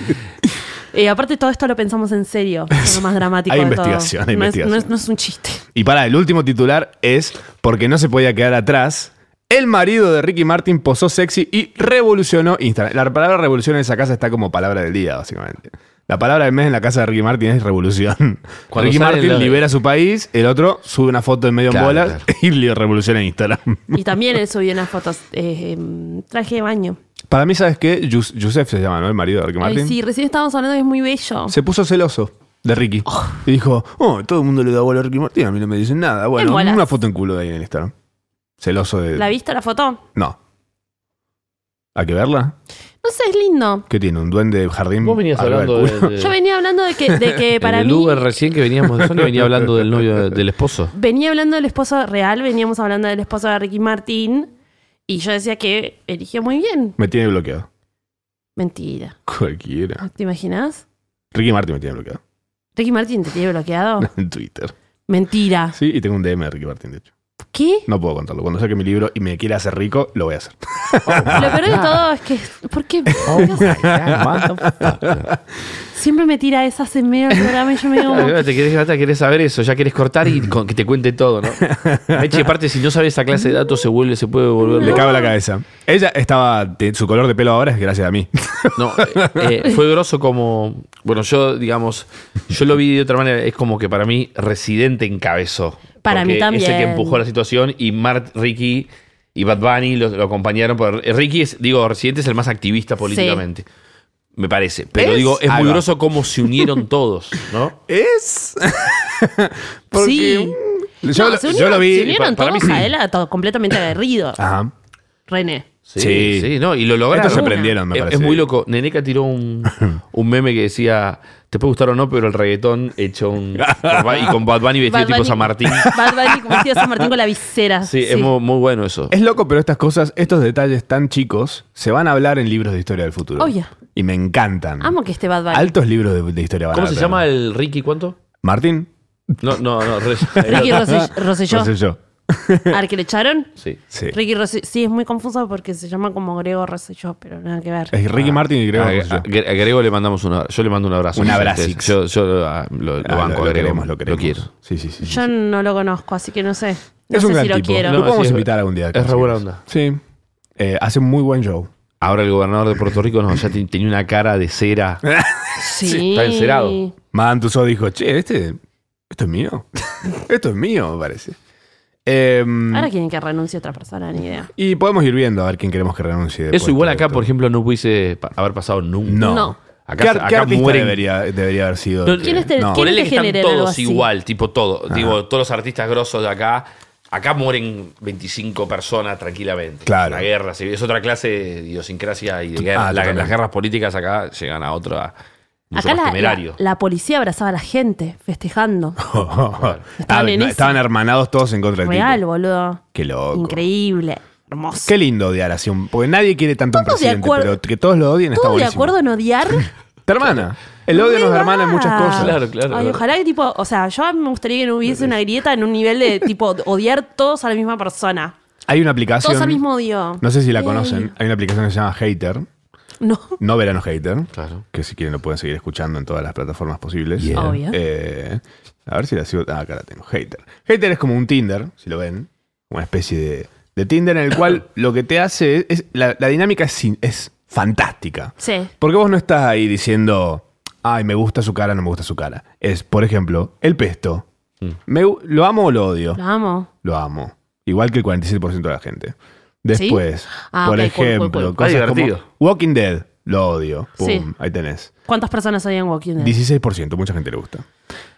[SPEAKER 2] Eh, aparte, todo esto lo pensamos en serio. Es lo más dramático
[SPEAKER 3] Hay
[SPEAKER 2] de
[SPEAKER 3] investigación,
[SPEAKER 2] todo.
[SPEAKER 3] hay
[SPEAKER 2] No es- no es-
[SPEAKER 3] investigación.
[SPEAKER 2] no es un chiste.
[SPEAKER 3] Y para el último titular es porque no se podía quedar atrás. El marido de Ricky Martin posó sexy y revolucionó Instagram. La palabra revolución en esa casa está como palabra del día, básicamente. La palabra del mes en la casa de Ricky Martin es revolución.
[SPEAKER 4] Cuando
[SPEAKER 3] Ricky
[SPEAKER 4] sale
[SPEAKER 3] Martin
[SPEAKER 4] lo de-
[SPEAKER 3] libera su país, el otro sube una foto en medio
[SPEAKER 4] Claro,
[SPEAKER 3] en bolas
[SPEAKER 4] claro.
[SPEAKER 3] y le revoluciona Instagram.
[SPEAKER 2] Y también él subió unas fotos. eh, em, traje de baño.
[SPEAKER 3] Para mí, ¿sabes qué? Yus- Yusef se llama, ¿no? El marido de Ricky
[SPEAKER 2] Ay,
[SPEAKER 3] Martin.
[SPEAKER 2] sí, recién estábamos hablando que es muy bello.
[SPEAKER 3] Se puso celoso de Ricky. Y dijo, oh, todo el mundo le da bola a Ricky Martin, a mí no me dicen nada. Bueno,
[SPEAKER 2] bolas.
[SPEAKER 3] una foto en culo de ahí en Instagram. Celoso de...
[SPEAKER 2] ¿La viste la foto?
[SPEAKER 3] No. ¿Hay que verla?
[SPEAKER 2] No sé, es lindo.
[SPEAKER 3] ¿Qué tiene? ¿Un duende de jardín?
[SPEAKER 4] Vos venías
[SPEAKER 3] arriba del
[SPEAKER 4] hablando
[SPEAKER 3] culo?
[SPEAKER 4] de, de-
[SPEAKER 2] Yo venía hablando de que, de que para
[SPEAKER 4] en el
[SPEAKER 2] mí.
[SPEAKER 4] Uber recién que veníamos de Sony venía hablando del novio de- del esposo.
[SPEAKER 2] Venía hablando del esposo real, veníamos hablando del esposo de Ricky Martín. Y yo decía que eligió muy bien.
[SPEAKER 3] Me tiene bloqueado.
[SPEAKER 2] Mentira. ¿Ah,
[SPEAKER 3] Cualquiera.
[SPEAKER 2] ¿Te imaginas?
[SPEAKER 3] Ricky Martin me tiene bloqueado.
[SPEAKER 2] Ricky Martín te tiene bloqueado.
[SPEAKER 3] En Twitter.
[SPEAKER 2] Mentira.
[SPEAKER 3] Sí, y tengo un DM de Ricky Martin, de hecho.
[SPEAKER 2] ¿Qué?
[SPEAKER 3] No puedo contarlo. Cuando saque mi libro y me quiera hacer rico, lo voy a hacer.
[SPEAKER 2] Lo peor de todo es que. ¿Por qué?
[SPEAKER 4] Oh my God, what the fuck.
[SPEAKER 2] Siempre me tira esas en medio del programa y yo me digo, como,
[SPEAKER 4] Te querés gata, querés saber eso, ya querés cortar y con- que te cuente todo, ¿no? Meche, aparte, si no sabes esa clase de datos, se vuelve, se puede volver.
[SPEAKER 3] Le
[SPEAKER 4] loco.
[SPEAKER 3] cago la cabeza. Ella estaba. de- su color de pelo ahora es gracias a mí.
[SPEAKER 4] No, eh, eh, fue grosso como. Bueno, yo, digamos, yo lo vi de otra manera. Es como que para mí, Residente encabezó.
[SPEAKER 2] Para
[SPEAKER 4] Porque
[SPEAKER 2] mí
[SPEAKER 4] Es el que
[SPEAKER 2] también.
[SPEAKER 4] empujó la situación y Mart, Ricky y Bad Bunny lo, lo acompañaron. Por, eh, Ricky, es, digo, Residente es el más activista políticamente. Me parece. Pero
[SPEAKER 3] ¿Es?
[SPEAKER 4] digo, es
[SPEAKER 3] Ahí
[SPEAKER 4] muy
[SPEAKER 3] va.
[SPEAKER 4] grosso cómo se unieron todos, ¿no?
[SPEAKER 3] ¿Es? Porque,
[SPEAKER 2] sí.
[SPEAKER 3] mm, Yo,
[SPEAKER 2] No,
[SPEAKER 3] lo,
[SPEAKER 2] se
[SPEAKER 3] yo
[SPEAKER 2] unieron-
[SPEAKER 3] lo vi.
[SPEAKER 2] Se
[SPEAKER 3] y
[SPEAKER 2] unieron
[SPEAKER 3] pa- para
[SPEAKER 2] todos
[SPEAKER 3] mí- Ah.
[SPEAKER 2] a él, a todo, completamente aguerrido.
[SPEAKER 3] Ajá.
[SPEAKER 2] René.
[SPEAKER 4] Sí,
[SPEAKER 3] Sí.
[SPEAKER 4] sí, no, y lo lograron.
[SPEAKER 3] Estos se prendieron, me
[SPEAKER 4] es,
[SPEAKER 3] parece.
[SPEAKER 4] es muy loco. Neneca tiró un, un meme que decía, te puede gustar o no, pero el reggaetón hecho un... y con Bad Bunny vestido
[SPEAKER 2] Bad
[SPEAKER 4] Este tipo
[SPEAKER 2] Bunny-
[SPEAKER 4] San Martín.
[SPEAKER 2] Bad Bunny como decía San Martín con la visera.
[SPEAKER 4] Sí, es muy, muy bueno eso.
[SPEAKER 3] Es loco, pero estas cosas, estos detalles tan chicos, se van a hablar en libros de historia del futuro.
[SPEAKER 2] Obvio.
[SPEAKER 3] Y me encantan.
[SPEAKER 2] Amo que esté Bad Bunny.
[SPEAKER 3] Altos libros de, de historia van
[SPEAKER 4] ¿Cómo
[SPEAKER 3] a
[SPEAKER 4] se
[SPEAKER 3] tener.
[SPEAKER 4] llama el Ricky cuánto?
[SPEAKER 3] Martín.
[SPEAKER 4] No, no, no. Re-
[SPEAKER 2] Ricky Rose- Rosselló.
[SPEAKER 3] No sé yo.
[SPEAKER 2] Al que le echaron.
[SPEAKER 4] Sí.
[SPEAKER 3] Sí.
[SPEAKER 2] Ricky Rosselló. Sí, es muy confuso porque se llama como Grego Rosselló, pero nada que ver.
[SPEAKER 3] Es
[SPEAKER 4] Ah.
[SPEAKER 3] Ricky Martin y creo
[SPEAKER 4] A,
[SPEAKER 3] que es
[SPEAKER 4] a-
[SPEAKER 3] yo.
[SPEAKER 4] a Grego le mandamos un abrazo. Yo le mando un abrazo.
[SPEAKER 3] Un
[SPEAKER 4] Si
[SPEAKER 3] abrazo.
[SPEAKER 4] ustedes- Yo, yo lo, ah, lo- lo
[SPEAKER 3] Ah,
[SPEAKER 4] banco, a Grego.
[SPEAKER 3] queremos, lo queremos.
[SPEAKER 4] quiero.
[SPEAKER 3] Sí, sí, sí. sí.
[SPEAKER 2] Yo no lo conozco, así que no sé. No
[SPEAKER 3] es
[SPEAKER 2] sé
[SPEAKER 3] un gran
[SPEAKER 2] si lo
[SPEAKER 3] tipo.
[SPEAKER 2] quiero.
[SPEAKER 3] Lo
[SPEAKER 4] No,
[SPEAKER 3] podemos
[SPEAKER 4] sí, es-
[SPEAKER 3] invitar algún día.
[SPEAKER 4] es re buena
[SPEAKER 3] si
[SPEAKER 4] onda.
[SPEAKER 3] quieres. Sí. Eh, hace muy buen show.
[SPEAKER 4] Ahora el gobernador de Puerto Rico no, ya te- tenía una cara de cera.
[SPEAKER 2] Sí. Mm.
[SPEAKER 4] está encerado.
[SPEAKER 3] Madame Tussauds dijo, che, este, esto es mío. esto es mío, me parece. Em,
[SPEAKER 2] Ahora quieren que renuncie otra persona, ni idea.
[SPEAKER 3] y podemos ir viendo a ver quién queremos que renuncie. después
[SPEAKER 4] Eso igual
[SPEAKER 3] de
[SPEAKER 4] acá,
[SPEAKER 3] esto.
[SPEAKER 4] por ejemplo, no pudiese pa- haber pasado nunca.
[SPEAKER 3] No.
[SPEAKER 2] No.
[SPEAKER 4] Acá,
[SPEAKER 3] ¿Qué, ar-
[SPEAKER 4] acá
[SPEAKER 3] qué artista
[SPEAKER 4] mueren.
[SPEAKER 3] debería, debería haber sido?
[SPEAKER 4] No,
[SPEAKER 3] el que-
[SPEAKER 2] ¿Quién es el-
[SPEAKER 3] no.
[SPEAKER 2] quién-
[SPEAKER 4] Ponele
[SPEAKER 2] te
[SPEAKER 4] que están
[SPEAKER 2] generan algo
[SPEAKER 4] todos
[SPEAKER 2] así?
[SPEAKER 4] igual, tipo todo. Digo, todos los artistas grosos de acá. Acá mueren 25 personas tranquilamente.
[SPEAKER 3] Claro.
[SPEAKER 4] La guerra, civil, es otra clase de idiosincrasia y de guerra.
[SPEAKER 3] Ah,
[SPEAKER 4] La-
[SPEAKER 3] totalmente.
[SPEAKER 4] las guerras políticas acá llegan a otra. Mucho
[SPEAKER 2] Acá
[SPEAKER 4] más
[SPEAKER 2] la,
[SPEAKER 4] temerario.
[SPEAKER 2] la, la policía abrazaba a la gente festejando.
[SPEAKER 3] Ah, no,
[SPEAKER 2] en esa.
[SPEAKER 3] estaban hermanados todos en contra del
[SPEAKER 2] Real,
[SPEAKER 3] tipo.
[SPEAKER 2] boludo.
[SPEAKER 3] Qué loco.
[SPEAKER 2] Increíble. Hermoso.
[SPEAKER 3] Qué lindo odiar así un. Porque nadie quiere tanto a un
[SPEAKER 2] Todos de
[SPEAKER 3] presidente,
[SPEAKER 2] acuerdo-
[SPEAKER 3] pero que todos lo odien está
[SPEAKER 2] ¿Todo de
[SPEAKER 3] buenísimo.
[SPEAKER 2] acuerdo en odiar?
[SPEAKER 3] Te hermana. El odio nos
[SPEAKER 2] Me
[SPEAKER 3] hermana en
[SPEAKER 2] va.
[SPEAKER 3] muchas cosas.
[SPEAKER 4] Claro, claro,
[SPEAKER 2] Ay,
[SPEAKER 4] claro.
[SPEAKER 2] ojalá que tipo, o sea, yo me gustaría que no hubiese una grieta en un nivel de tipo odiar todos a la misma persona.
[SPEAKER 3] Hay una aplicación.
[SPEAKER 2] Todos al mismo odio.
[SPEAKER 3] No sé si la
[SPEAKER 2] Yay.
[SPEAKER 3] conocen. Hay una aplicación que se llama Hater.
[SPEAKER 2] No.
[SPEAKER 3] No verano hater.
[SPEAKER 4] Claro.
[SPEAKER 3] Que si quieren lo pueden seguir escuchando en todas las plataformas posibles.
[SPEAKER 4] Yeah.
[SPEAKER 2] Obvio.
[SPEAKER 3] Eh, a ver si la sigo. Ah, acá la tengo. Hater. Hater es como un Tinder, si lo ven. Una especie de, de Tinder en el cual lo que te hace es. es- la, la dinámica es, sin- es fantástica.
[SPEAKER 2] Sí.
[SPEAKER 3] Porque vos no estás ahí diciendo. Ay, me gusta su cara, no me gusta su cara. Es, por ejemplo, el pesto. Me gu- ¿Lo amo o lo odio?
[SPEAKER 2] Lo amo.
[SPEAKER 3] Lo amo. Igual que el 47% de la gente. Después,
[SPEAKER 2] Ah,
[SPEAKER 3] por
[SPEAKER 2] ok, cool,
[SPEAKER 3] ejemplo,
[SPEAKER 2] cool, cool.
[SPEAKER 3] cosas
[SPEAKER 4] Ah, divertido.
[SPEAKER 3] como Walking Dead, lo odio. Pum,
[SPEAKER 2] Sí.
[SPEAKER 3] ahí tenés.
[SPEAKER 2] ¿Cuántas personas odian Walking Dead?
[SPEAKER 3] 16%, mucha gente le gusta.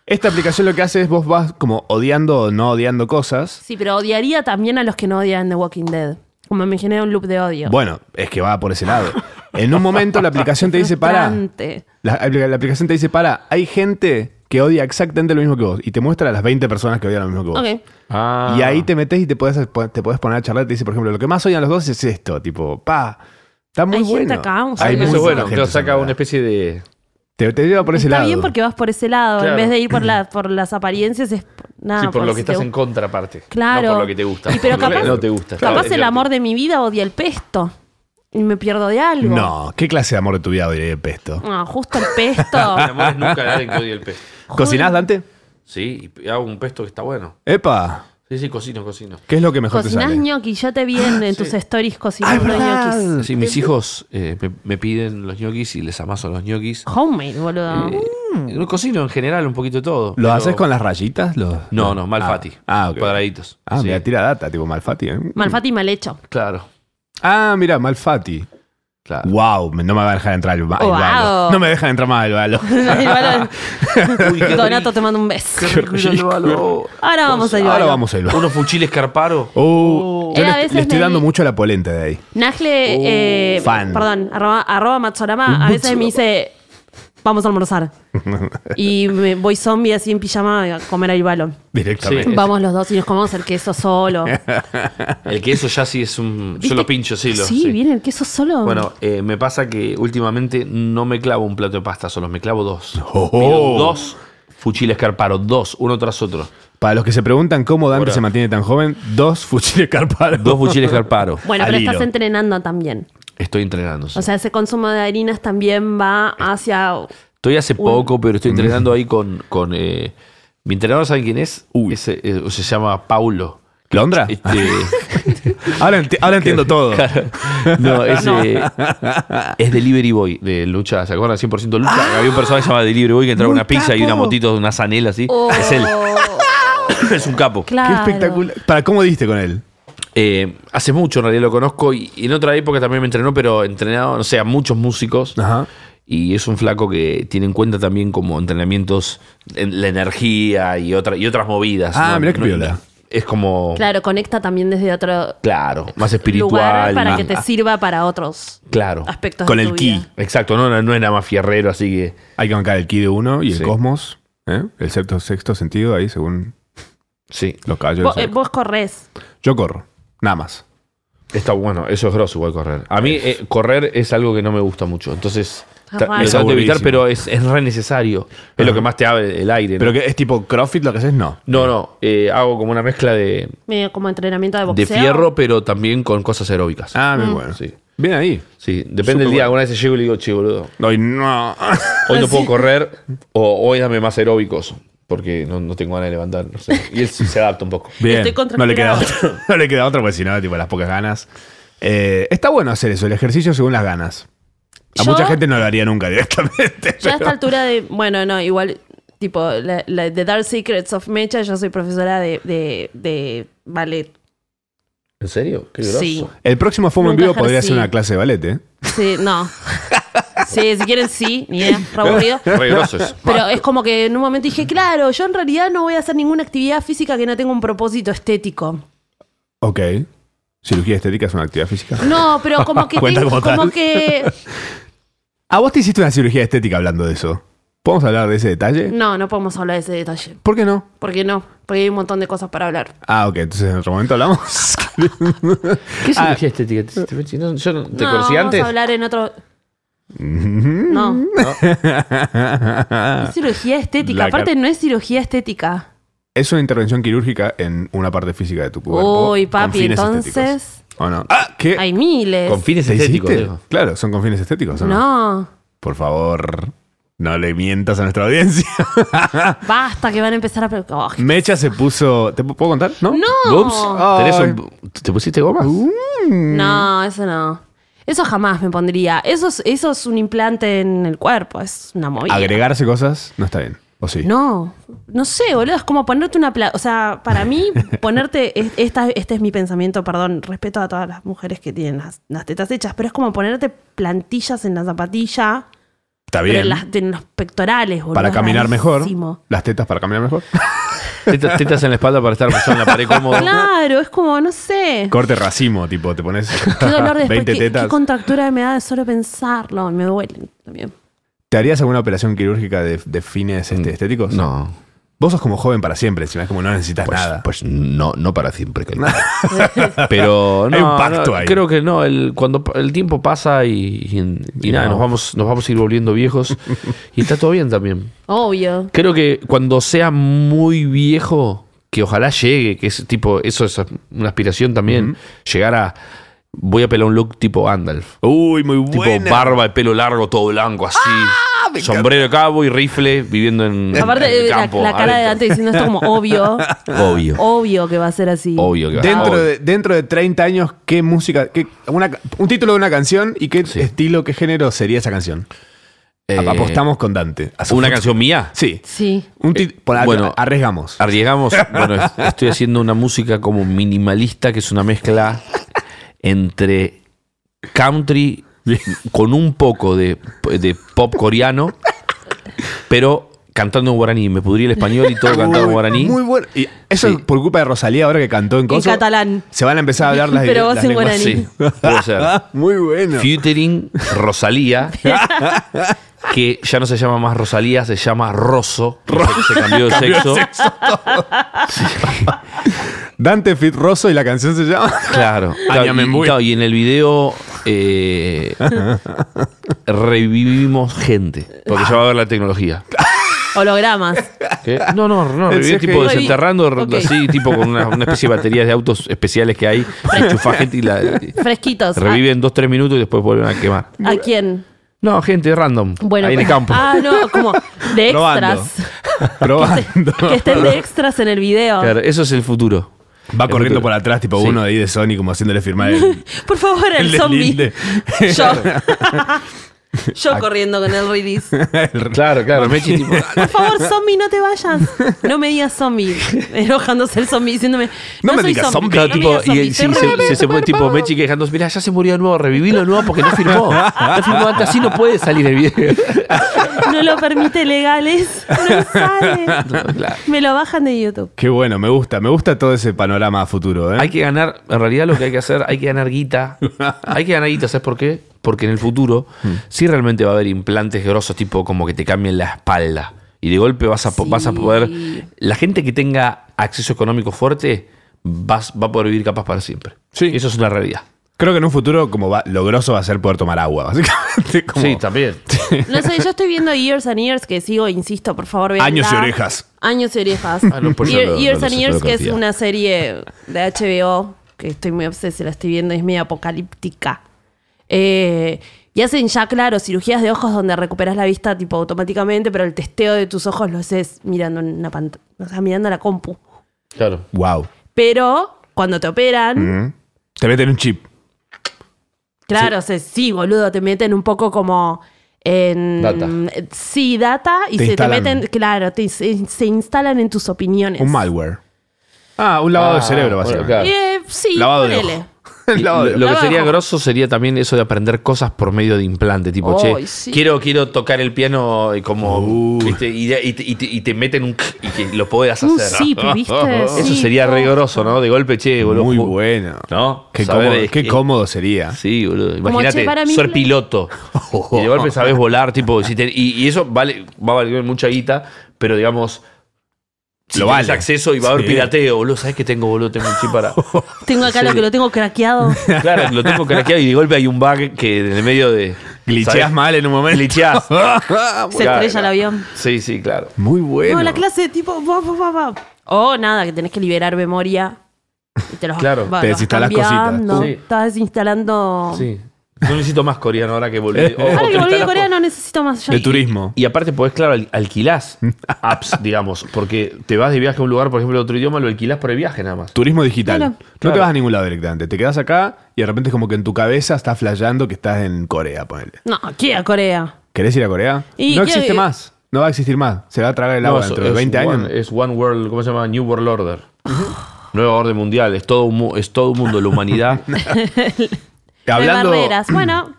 [SPEAKER 3] Esta aplicación lo que hace es vos vas como odiando o no odiando cosas.
[SPEAKER 2] Sí, pero odiaría también a los que no odian The Walking Dead. Como me genera un loop de odio.
[SPEAKER 3] Bueno, es que va por ese lado. En un momento la aplicación te dice para.
[SPEAKER 2] Frustrante.
[SPEAKER 3] La, apli- la aplicación te dice para. Hay gente que odia exactamente lo mismo que vos y te muestra a las 20 personas que odian lo mismo que vos.
[SPEAKER 2] Ok.
[SPEAKER 4] Ah.
[SPEAKER 3] Y ahí te metes y te puedes te podés poner a charlar. Te dice, por ejemplo, lo que más odian los dos es esto. Tipo, pa, está muy
[SPEAKER 2] Hay gente
[SPEAKER 3] bueno.
[SPEAKER 2] acá, vamos a
[SPEAKER 3] Hay
[SPEAKER 2] hablar de
[SPEAKER 4] Eso
[SPEAKER 3] muy
[SPEAKER 4] es
[SPEAKER 2] Mucha
[SPEAKER 4] bueno,
[SPEAKER 3] gente
[SPEAKER 4] te saca
[SPEAKER 3] sentada.
[SPEAKER 4] una especie de.
[SPEAKER 3] Te, te lleva por ese
[SPEAKER 2] Está
[SPEAKER 3] lado.
[SPEAKER 2] bien porque vas por ese lado.
[SPEAKER 4] Claro.
[SPEAKER 2] En vez de ir por, la, por las apariencias, es nada.
[SPEAKER 4] sí, por,
[SPEAKER 2] Ah,
[SPEAKER 4] lo
[SPEAKER 2] si
[SPEAKER 4] que estás
[SPEAKER 2] te-
[SPEAKER 4] en contra, aparte.
[SPEAKER 2] Claro.
[SPEAKER 4] No por lo que te gusta.
[SPEAKER 2] Y pero
[SPEAKER 4] por lo que
[SPEAKER 2] capaz-
[SPEAKER 4] no te gusta.
[SPEAKER 2] Capaz el amor de mi vida odia el pesto. Y me pierdo de algo.
[SPEAKER 3] No, ¿qué clase de amor de tu vida diría el pesto?
[SPEAKER 2] Ah, justo el pesto.
[SPEAKER 4] El amor es nunca dar en que odie el pesto.
[SPEAKER 3] ¿Cocinás, Dante?
[SPEAKER 4] Sí, y hago un pesto que está bueno.
[SPEAKER 3] Epa,
[SPEAKER 4] Sí, sí, cocino, cocino.
[SPEAKER 3] ¿qué es lo que mejor te
[SPEAKER 2] Cocinás
[SPEAKER 3] sale? Ah,
[SPEAKER 2] ñoquis, yo te vi en, en tus stories cocinando ñoquis.
[SPEAKER 4] Sí, mis hijos eh, me, me piden los ñoquis y les amaso los ñoquis.
[SPEAKER 2] Homemade, boludo.
[SPEAKER 4] Eh,
[SPEAKER 2] Mm.
[SPEAKER 4] no cocino en general un poquito de todo.
[SPEAKER 3] ¿Lo
[SPEAKER 4] pero-
[SPEAKER 3] haces con las rayitas? Los,
[SPEAKER 4] No, no, Malfati.
[SPEAKER 3] Ah, ah, ok.
[SPEAKER 4] Cuadraditos.
[SPEAKER 3] Ah,
[SPEAKER 4] Sí.
[SPEAKER 3] mira, tira data, tipo Malfati. ¿eh?
[SPEAKER 2] Malfati mal hecho.
[SPEAKER 4] Claro,
[SPEAKER 3] Ah, mira, Malfati.
[SPEAKER 4] claro.
[SPEAKER 3] Wow, me- no me va a dejar entrar el, ba- el
[SPEAKER 2] Wow.
[SPEAKER 3] balo. No me dejan entrar más el balo.
[SPEAKER 2] Ay, boludo.
[SPEAKER 4] Uy, qué
[SPEAKER 2] Donato
[SPEAKER 4] rico,
[SPEAKER 2] te mando un beso.
[SPEAKER 4] qué rico ir al balo.
[SPEAKER 2] Ahora vamos al
[SPEAKER 3] Ahora
[SPEAKER 2] balo.
[SPEAKER 3] vamos al balo.
[SPEAKER 4] Unos fuchiles carparo.
[SPEAKER 3] Uh, yo
[SPEAKER 2] Era Uh. Eh, a
[SPEAKER 3] le,
[SPEAKER 2] veces
[SPEAKER 3] le estoy
[SPEAKER 2] me
[SPEAKER 3] dando
[SPEAKER 2] vi-
[SPEAKER 3] mucho a la polenta de ahí.
[SPEAKER 2] Najle, eh,
[SPEAKER 3] Uh, Fan.
[SPEAKER 2] perdón, arroba, arroba Matsorama, a veces me dice, vamos a almorzar. y me voy zombie así en pijama a comer al balo.
[SPEAKER 3] Directamente.
[SPEAKER 4] Sí.
[SPEAKER 2] Vamos los dos y nos comemos el queso solo.
[SPEAKER 4] El queso ya sí es un. Yo lo pincho, sí. Lo,
[SPEAKER 2] sí, viene el queso solo.
[SPEAKER 4] Bueno, eh, me pasa que últimamente no me clavo un plato de pasta solo, me clavo dos.
[SPEAKER 3] Oh.
[SPEAKER 4] Pido dos fuchiles carparo, dos, uno tras otro.
[SPEAKER 3] Para los que se preguntan cómo Dante
[SPEAKER 4] Ahora.
[SPEAKER 3] se mantiene tan joven, dos fusiles Carparo.
[SPEAKER 4] Dos fuchiles carparo.
[SPEAKER 2] Bueno,
[SPEAKER 3] al
[SPEAKER 2] pero
[SPEAKER 3] hilo.
[SPEAKER 2] estás entrenando también.
[SPEAKER 4] Estoy entrenando. sí.
[SPEAKER 2] O sea, ese consumo de harinas también va hacia
[SPEAKER 4] Estoy hace poco, pero estoy entrenando ahí con. con eh, mi entrenador, ¿saben quién es? Ese, eh, se llama Paulo.
[SPEAKER 3] ¿Londra?
[SPEAKER 4] Este,
[SPEAKER 3] Ahora, enti- ahora entiendo todo.
[SPEAKER 4] no, es, eh, es Delivery Boy de lucha. ¿Se acuerdan? 100% lucha. Había un personaje llamado Delivery Boy que entraba con una pizza y una motito, una zanela así.
[SPEAKER 2] Oh.
[SPEAKER 4] Ah, Es él. es un capo.
[SPEAKER 2] Claro.
[SPEAKER 3] Qué espectacular. ¿Para cómo diste con él?
[SPEAKER 4] Eh, hace mucho en realidad lo conozco y, y en otra época también me entrenó, pero entrenado, o sea, muchos músicos.
[SPEAKER 3] Ajá.
[SPEAKER 4] Y es un flaco que tiene en cuenta también como entrenamientos, en la energía y, otra, y otras movidas.
[SPEAKER 3] Ah,
[SPEAKER 4] ¿no?
[SPEAKER 3] mirá qué
[SPEAKER 4] No-
[SPEAKER 3] piola.
[SPEAKER 4] Es como, claro,
[SPEAKER 2] Claro, conecta también desde otro
[SPEAKER 4] más espiritual.
[SPEAKER 2] lugar para que te
[SPEAKER 4] Ah,
[SPEAKER 2] sirva para otros
[SPEAKER 4] Claro.
[SPEAKER 2] aspectos
[SPEAKER 3] Con
[SPEAKER 2] de
[SPEAKER 3] el
[SPEAKER 2] tu
[SPEAKER 3] ki.
[SPEAKER 2] vida.
[SPEAKER 4] Exacto, no, no, no es nada más fierrero, así que...
[SPEAKER 3] Hay que bancar el ki de uno y el
[SPEAKER 4] Sí.
[SPEAKER 3] cosmos. ¿eh? El sexto, sexto sentido ahí, según
[SPEAKER 4] Sí,
[SPEAKER 3] los caballos.
[SPEAKER 2] Vos,
[SPEAKER 3] del
[SPEAKER 2] eh,
[SPEAKER 3] zodiaco.
[SPEAKER 2] vos corres.
[SPEAKER 3] Yo corro, nada más.
[SPEAKER 4] está bueno, eso es grosso igual correr. A mí eh, correr es algo que no me gusta mucho, entonces
[SPEAKER 2] Ah,
[SPEAKER 4] ta-
[SPEAKER 2] vale.
[SPEAKER 4] lo
[SPEAKER 2] Es
[SPEAKER 4] trato de evitar,
[SPEAKER 3] aburridísimo.
[SPEAKER 4] pero es, es re necesario. Es lo que más te abre el aire. ¿no?
[SPEAKER 3] Pero que es tipo CrossFit lo que haces, no.
[SPEAKER 4] No, no, eh, hago como una mezcla de,
[SPEAKER 2] Medio como entrenamiento de
[SPEAKER 4] de
[SPEAKER 2] boxeo.
[SPEAKER 4] fierro, pero también con cosas aeróbicas.
[SPEAKER 3] Ah,
[SPEAKER 2] Mm.
[SPEAKER 3] bien bueno.
[SPEAKER 4] Sí.
[SPEAKER 3] Bien ahí.
[SPEAKER 4] Sí, depende del día. Alguna vez llego y le digo, che, boludo,
[SPEAKER 3] Ay, no.
[SPEAKER 4] hoy
[SPEAKER 2] Ah,
[SPEAKER 4] no puedo correr o hoy dame más aeróbicos porque no, no tengo ganas de levantar. no sé. Y él se se adapta un poco.
[SPEAKER 3] Bien.
[SPEAKER 2] Estoy
[SPEAKER 3] no, le queda
[SPEAKER 2] contrainspirada.
[SPEAKER 3] otra, no le queda otra, porque si no, tipo, las pocas ganas. Eh, está bueno hacer eso, el ejercicio según las ganas. A
[SPEAKER 2] Yo-
[SPEAKER 3] mucha gente no lo haría nunca directamente.
[SPEAKER 2] Ya a esta altura de. Bueno, no, igual. Tipo, la, la- The Dark Secrets of Mecha, yo soy profesora de, de, de ballet.
[SPEAKER 4] ¿En serio? Qué grosso.
[SPEAKER 2] Sí.
[SPEAKER 3] El próximo FOMO en
[SPEAKER 2] Nunca
[SPEAKER 3] vivo podría
[SPEAKER 2] ejercí.
[SPEAKER 3] ser una clase de ballet, ¿eh?
[SPEAKER 2] Sí, no. Sí, si quieren, sí, ni idea, re aburrido.
[SPEAKER 4] Re grosso eso.
[SPEAKER 2] Pero es como que en un momento dije, claro, yo en realidad no voy a hacer ninguna actividad física que no tenga un propósito estético.
[SPEAKER 3] Ok. Cirugía estética es una actividad física.
[SPEAKER 2] No, pero como que
[SPEAKER 3] Cuenta
[SPEAKER 2] tengo-
[SPEAKER 3] como tal.
[SPEAKER 2] como que
[SPEAKER 3] A Ah, vos te hiciste una cirugía estética hablando de eso. ¿Podemos hablar de ese detalle?
[SPEAKER 2] no, no podemos hablar de ese detalle.
[SPEAKER 3] ¿Por qué no?
[SPEAKER 2] Porque no, porque hay un montón de cosas para hablar.
[SPEAKER 3] Ah, ok, entonces en otro momento hablamos.
[SPEAKER 4] ¿Qué cirugía estética? ¿Te, te- te- no, yo no- ¿te
[SPEAKER 2] no,
[SPEAKER 4] conocí
[SPEAKER 2] vamos
[SPEAKER 4] antes?
[SPEAKER 2] a hablar en otro.
[SPEAKER 3] Mm-hmm.
[SPEAKER 2] No. Es cirugía estética.
[SPEAKER 3] La
[SPEAKER 2] Aparte,
[SPEAKER 3] car-
[SPEAKER 2] no es cirugía estética.
[SPEAKER 3] es una intervención quirúrgica en una parte física de tu cuerpo.
[SPEAKER 2] Uy,
[SPEAKER 3] con
[SPEAKER 2] papi,
[SPEAKER 3] fines
[SPEAKER 2] entonces-
[SPEAKER 3] estéticos. ¿O no? Ah, ¿qué?
[SPEAKER 2] Hay miles.
[SPEAKER 4] Con fines
[SPEAKER 3] ¿Te
[SPEAKER 4] estéticos.
[SPEAKER 3] hiciste?
[SPEAKER 4] digo.
[SPEAKER 3] Claro, son con fines estéticos, ¿o no?
[SPEAKER 2] No.
[SPEAKER 3] Por favor, no le mientas a nuestra audiencia.
[SPEAKER 2] Basta que van a empezar a. Oh,
[SPEAKER 3] Mecha se puso. ¿Te pu- puedo contar? No.
[SPEAKER 2] no.
[SPEAKER 4] Ups, ¿tenés un- ¿te pusiste gomas?
[SPEAKER 3] Mm.
[SPEAKER 2] No, eso no. Eso jamás me pondría. Eso es, eso es un implante en el cuerpo. Es una movida.
[SPEAKER 3] Agregarse cosas no está bien. ¿O sí?
[SPEAKER 2] No, no sé, boludo, es como ponerte una... pla- o sea, para mí, ponerte... es- Esta, este es mi pensamiento, perdón, respeto a todas las mujeres que tienen las, las tetas hechas, pero es como ponerte plantillas en la zapatilla,
[SPEAKER 3] Está
[SPEAKER 2] pero
[SPEAKER 3] bien.
[SPEAKER 2] en, las- en los pectorales, boludo.
[SPEAKER 3] Para
[SPEAKER 2] es
[SPEAKER 3] caminar mejor.
[SPEAKER 2] rarísimo.
[SPEAKER 3] Las tetas para caminar mejor.
[SPEAKER 4] Tetas, tetas en la espalda para estar apoyado en la pared cómodo.
[SPEAKER 2] Claro, es como, no sé.
[SPEAKER 3] Corte racimo, tipo, te pones
[SPEAKER 2] Qué dolor después,
[SPEAKER 3] 20
[SPEAKER 2] qué- qué,
[SPEAKER 3] tetas.
[SPEAKER 2] contractura me da de solo pensarlo, me duele también.
[SPEAKER 3] ¿Te harías alguna operación quirúrgica de, de fines este, estéticos?
[SPEAKER 4] Mm, No.
[SPEAKER 3] Vos sos como joven para siempre, encima es como no necesitas
[SPEAKER 4] Pues,
[SPEAKER 3] nada.
[SPEAKER 4] pues no, no para siempre. calculo. Pero no,
[SPEAKER 3] Hay un pacto
[SPEAKER 4] no,
[SPEAKER 3] ahí.
[SPEAKER 4] creo que no. El, cuando pa- el tiempo pasa y, y- y
[SPEAKER 3] Y
[SPEAKER 4] nada,
[SPEAKER 3] no.
[SPEAKER 4] nos vamos, nos vamos a ir volviendo viejos. y está todo bien también.
[SPEAKER 2] Obvio.
[SPEAKER 4] Creo que cuando sea muy viejo, que ojalá llegue, que es tipo, eso es una aspiración también, llegar a. Voy a pelar un look tipo Gandalf.
[SPEAKER 3] Uy, muy
[SPEAKER 4] Tipo
[SPEAKER 3] buena. Ah,
[SPEAKER 4] barba y pelo largo, todo blanco, así. sombrero de cabo y rifle, viviendo en, en
[SPEAKER 2] Aparte, eh,
[SPEAKER 4] el
[SPEAKER 2] la,
[SPEAKER 4] campo.
[SPEAKER 2] la cara de Ah. Dante
[SPEAKER 4] adentro.
[SPEAKER 2] diciendo esto como obvio.
[SPEAKER 4] Obvio.
[SPEAKER 2] Obvio que va a ser así.
[SPEAKER 4] Obvio que va a ser.
[SPEAKER 3] Dentro
[SPEAKER 4] Obvio.
[SPEAKER 3] de, dentro de 30 años, ¿qué música? Qué, una, un título de una canción y qué
[SPEAKER 4] Sí.
[SPEAKER 3] estilo, qué género sería esa canción.
[SPEAKER 4] Eh,
[SPEAKER 3] Apostamos con Dante. A su
[SPEAKER 4] ¿Una
[SPEAKER 3] futuro.
[SPEAKER 4] canción mía?
[SPEAKER 3] Sí.
[SPEAKER 2] Sí.
[SPEAKER 3] Un ti- por-
[SPEAKER 4] bueno.
[SPEAKER 3] arriesgamos.
[SPEAKER 4] Arriesgamos. Bueno, es- estoy haciendo una música como minimalista, que es una mezcla entre country con un poco de, de pop coreano, pero cantando en guaraní. Me pudría el español y todo cantado en
[SPEAKER 3] Uy,
[SPEAKER 4] guaraní.
[SPEAKER 3] Muy bueno. Y eso
[SPEAKER 4] Sí.
[SPEAKER 3] es por culpa de Rosalía ahora que cantó en Coso.
[SPEAKER 2] catalán.
[SPEAKER 3] Se van a empezar a hablar las
[SPEAKER 2] Pero vos
[SPEAKER 3] las
[SPEAKER 2] en
[SPEAKER 3] lenguas-
[SPEAKER 2] guaraní.
[SPEAKER 4] Sí, puede ser.
[SPEAKER 3] Muy Ah, bueno.
[SPEAKER 4] Featuring Rosalía, que ya no se llama más Rosalía, se llama Rosso. Se, se cambió de sexo.
[SPEAKER 3] Dante Fit Rosso y la canción se llama.
[SPEAKER 4] Claro. Claro, y,
[SPEAKER 3] Membuy.
[SPEAKER 4] claro, y en el video eh, revivimos gente. Porque ya va a haber la tecnología.
[SPEAKER 2] Hologramas.
[SPEAKER 4] ¿Qué? No, no, no,
[SPEAKER 3] El
[SPEAKER 4] reviví
[SPEAKER 3] CGI.
[SPEAKER 4] tipo desenterrando,
[SPEAKER 2] Ok.
[SPEAKER 4] así, tipo con una, una especie de baterías de autos especiales que hay. Enchufa gente y la.
[SPEAKER 2] Fresquitos.
[SPEAKER 4] Reviven dos, tres minutos y después vuelven a quemar.
[SPEAKER 2] ¿A, a quién?
[SPEAKER 4] No, gente random.
[SPEAKER 2] Bueno,
[SPEAKER 4] ahí en el
[SPEAKER 2] pero-
[SPEAKER 4] campo.
[SPEAKER 2] Ah, no, como de
[SPEAKER 3] Probando.
[SPEAKER 2] extras.
[SPEAKER 3] Probando.
[SPEAKER 2] que estén de extras en el video.
[SPEAKER 4] Claro, eso es el futuro.
[SPEAKER 3] Va corriendo por atrás, tipo
[SPEAKER 4] Sí.
[SPEAKER 3] uno ahí de Sony, como haciéndole firmar el,
[SPEAKER 2] Por favor, el,
[SPEAKER 3] el
[SPEAKER 2] zombie.
[SPEAKER 3] deslinde.
[SPEAKER 2] Yo. Yo corriendo con el release.
[SPEAKER 4] Claro, claro. Mechi, tipo,
[SPEAKER 2] Por favor, zombie, no te vayas. No me digas zombie. Enojándose el zombie diciéndome. No,
[SPEAKER 3] No me
[SPEAKER 2] soy
[SPEAKER 3] digas
[SPEAKER 2] zombie.
[SPEAKER 3] zombie.
[SPEAKER 4] Claro,
[SPEAKER 2] no me
[SPEAKER 4] tipo,
[SPEAKER 2] digas
[SPEAKER 4] y
[SPEAKER 2] zombie,
[SPEAKER 4] sí,
[SPEAKER 2] te
[SPEAKER 4] se,
[SPEAKER 2] re-
[SPEAKER 4] se, se mueve tipo Mechi quejándose, mirá, ya se murió de nuevo, revivilo de nuevo porque no firmó. No firmó antes, así no puede salir el video.
[SPEAKER 2] No lo permite legales. No sale. Me lo bajan de YouTube.
[SPEAKER 3] Qué bueno, me gusta, me gusta todo ese panorama a futuro. ¿eh?
[SPEAKER 4] Hay que ganar, en realidad lo que hay que hacer, hay que ganar guita. Hay que ganar guita, ¿sabes por qué? Porque en el futuro sí realmente va a haber implantes grosos, tipo como que te cambien la espalda. Y de golpe vas a, po- vas a
[SPEAKER 2] Sí.
[SPEAKER 4] poder. La gente que tenga acceso económico fuerte vas- va a poder vivir capaz para siempre.
[SPEAKER 3] Sí.
[SPEAKER 4] Eso es una realidad.
[SPEAKER 3] Creo que en un futuro, como va, lo grosso va a ser poder tomar agua, básicamente. como-
[SPEAKER 4] Sí, también.
[SPEAKER 2] No sé, yo estoy viendo Years and Years, que sigo, insisto, por favor, vean.
[SPEAKER 3] Años y orejas.
[SPEAKER 2] Años y orejas.
[SPEAKER 4] Ah, no, por eso
[SPEAKER 2] Year-
[SPEAKER 4] no lo-
[SPEAKER 2] Years
[SPEAKER 4] no lo
[SPEAKER 2] and
[SPEAKER 4] sé,
[SPEAKER 2] Years,
[SPEAKER 4] tengo
[SPEAKER 2] que
[SPEAKER 4] que
[SPEAKER 2] es
[SPEAKER 4] pillar.
[SPEAKER 2] una serie de HBO, que estoy muy obsesiva, la estoy viendo, es medio apocalíptica. Eh, y hacen ya, claro, cirugías de ojos donde recuperas la vista tipo automáticamente, pero el testeo de tus ojos lo haces mirando en una pantalla, o sea, mirando la compu.
[SPEAKER 4] Claro.
[SPEAKER 3] Wow.
[SPEAKER 2] Pero cuando te
[SPEAKER 4] Mm.
[SPEAKER 2] operan,
[SPEAKER 3] Te meten un chip.
[SPEAKER 2] Claro, sí. sí, boludo, te meten un poco como en...
[SPEAKER 4] Data.
[SPEAKER 2] Sí, data, y
[SPEAKER 3] Te
[SPEAKER 2] se
[SPEAKER 3] instalan.
[SPEAKER 2] te meten, claro, te- se, se instalan en tus opiniones.
[SPEAKER 3] Un malware. Ah, un lavado
[SPEAKER 4] Ah,
[SPEAKER 3] de cerebro,
[SPEAKER 4] bueno,
[SPEAKER 3] básicamente.
[SPEAKER 4] claro.
[SPEAKER 2] Eh, sí,
[SPEAKER 3] Lavado de
[SPEAKER 2] ponele.
[SPEAKER 3] ojo. Lavado de
[SPEAKER 4] Lo que
[SPEAKER 2] Abajo.
[SPEAKER 4] sería grosso sería también eso de aprender cosas por medio de implante, tipo,
[SPEAKER 2] Ay,
[SPEAKER 4] che,
[SPEAKER 2] sí.
[SPEAKER 4] quiero, quiero tocar el piano y como,
[SPEAKER 3] Uh.
[SPEAKER 4] viste, y, de- y te- y te- y te meten un y que lo podés hacer.
[SPEAKER 2] Un zip, Uh, ¿viste?
[SPEAKER 4] Eso
[SPEAKER 2] Sí,
[SPEAKER 4] sería re
[SPEAKER 2] posta.
[SPEAKER 4] grosso, ¿no? De golpe, che, boludo.
[SPEAKER 3] Muy
[SPEAKER 4] ju-
[SPEAKER 3] bueno.
[SPEAKER 4] ¿No?
[SPEAKER 3] Qué,
[SPEAKER 4] Saber,
[SPEAKER 3] cómodo,
[SPEAKER 4] eh,
[SPEAKER 3] qué
[SPEAKER 4] eh,
[SPEAKER 3] cómodo sería.
[SPEAKER 4] Sí, boludo.
[SPEAKER 2] Como,
[SPEAKER 4] Imagínate
[SPEAKER 2] che, para mí
[SPEAKER 4] ser
[SPEAKER 2] me-
[SPEAKER 4] piloto. Y de golpe sabes volar, tipo, si te- y, y eso vale, va a valer mucha guita, pero digamos. Si
[SPEAKER 3] Lo
[SPEAKER 4] tenés
[SPEAKER 3] vale.
[SPEAKER 4] acceso y va a haber
[SPEAKER 3] Sí.
[SPEAKER 4] pirateo, boludo. ¿Sabes que tengo, boludo? Tengo un chip para.
[SPEAKER 2] Tengo acá
[SPEAKER 4] Sí.
[SPEAKER 2] lo que lo tengo craqueado.
[SPEAKER 4] Claro, lo tengo craqueado y de golpe hay un bug que en el medio de.
[SPEAKER 3] Glitcheas
[SPEAKER 4] ¿sabes?
[SPEAKER 3] mal en un momento.
[SPEAKER 4] Glitcheás.
[SPEAKER 2] se estrella el avión.
[SPEAKER 4] Sí, sí, claro.
[SPEAKER 3] Muy bueno.
[SPEAKER 2] No, la clase de tipo... va, va, va, va. O nada, que tenés que liberar memoria. Y te los
[SPEAKER 4] Claro,
[SPEAKER 2] va-
[SPEAKER 3] te
[SPEAKER 2] los vas
[SPEAKER 3] desinstalás cositas.
[SPEAKER 2] cambiando,
[SPEAKER 4] Sí.
[SPEAKER 2] Estás desinstalando...
[SPEAKER 4] Sí. No necesito más coreano ahora que volví. O- o
[SPEAKER 2] Ahora que
[SPEAKER 4] te
[SPEAKER 2] volví de
[SPEAKER 4] instalás
[SPEAKER 2] Corea
[SPEAKER 4] por-
[SPEAKER 2] no necesito más. ya.
[SPEAKER 3] de turismo.
[SPEAKER 4] Y aparte podés, claro, al- alquilás apps, digamos, porque te vas de viaje a un lugar, por ejemplo, de otro idioma, lo alquilás por el viaje nada más.
[SPEAKER 3] Turismo digital.
[SPEAKER 2] Claro.
[SPEAKER 3] No te
[SPEAKER 4] Claro.
[SPEAKER 3] vas a ningún lado directamente. Te quedas acá y de repente es como que en tu cabeza estás flasheando que estás en Corea, ponele.
[SPEAKER 2] No, aquí a Corea.
[SPEAKER 3] ¿Querés ir a Corea?
[SPEAKER 2] Y
[SPEAKER 3] no
[SPEAKER 2] que-
[SPEAKER 3] existe más. No va a existir más. Se va a tragar el
[SPEAKER 4] No,
[SPEAKER 3] agua
[SPEAKER 4] es-
[SPEAKER 3] dentro de
[SPEAKER 4] es
[SPEAKER 3] 20 años.
[SPEAKER 4] one- es One World, ¿cómo se llama? New World Order. Nueva orden mundial, es todo un, mu- es todo un mundo, la humanidad.
[SPEAKER 3] Hablando,
[SPEAKER 2] De barreras. Bueno,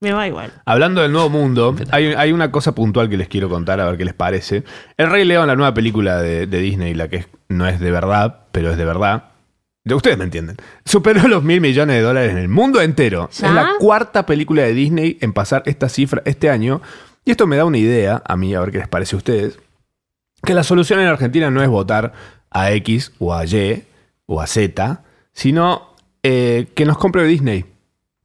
[SPEAKER 2] me va igual.
[SPEAKER 3] hablando del nuevo mundo, hay, hay una cosa puntual que les quiero contar a ver qué les parece. El Rey León, la nueva película de, de Disney, la que es- no es de verdad, pero es de verdad. Ya Ustedes me entienden. Superó los mil millones de dólares en el mundo entero.
[SPEAKER 2] ¿Ya?
[SPEAKER 3] Es la cuarta película de Disney en pasar esta cifra este año. Y esto me da una idea, a mí, a ver qué les parece a ustedes. que la solución en Argentina no es votar a X o a Y o a Z, sino eh, que nos compre Disney.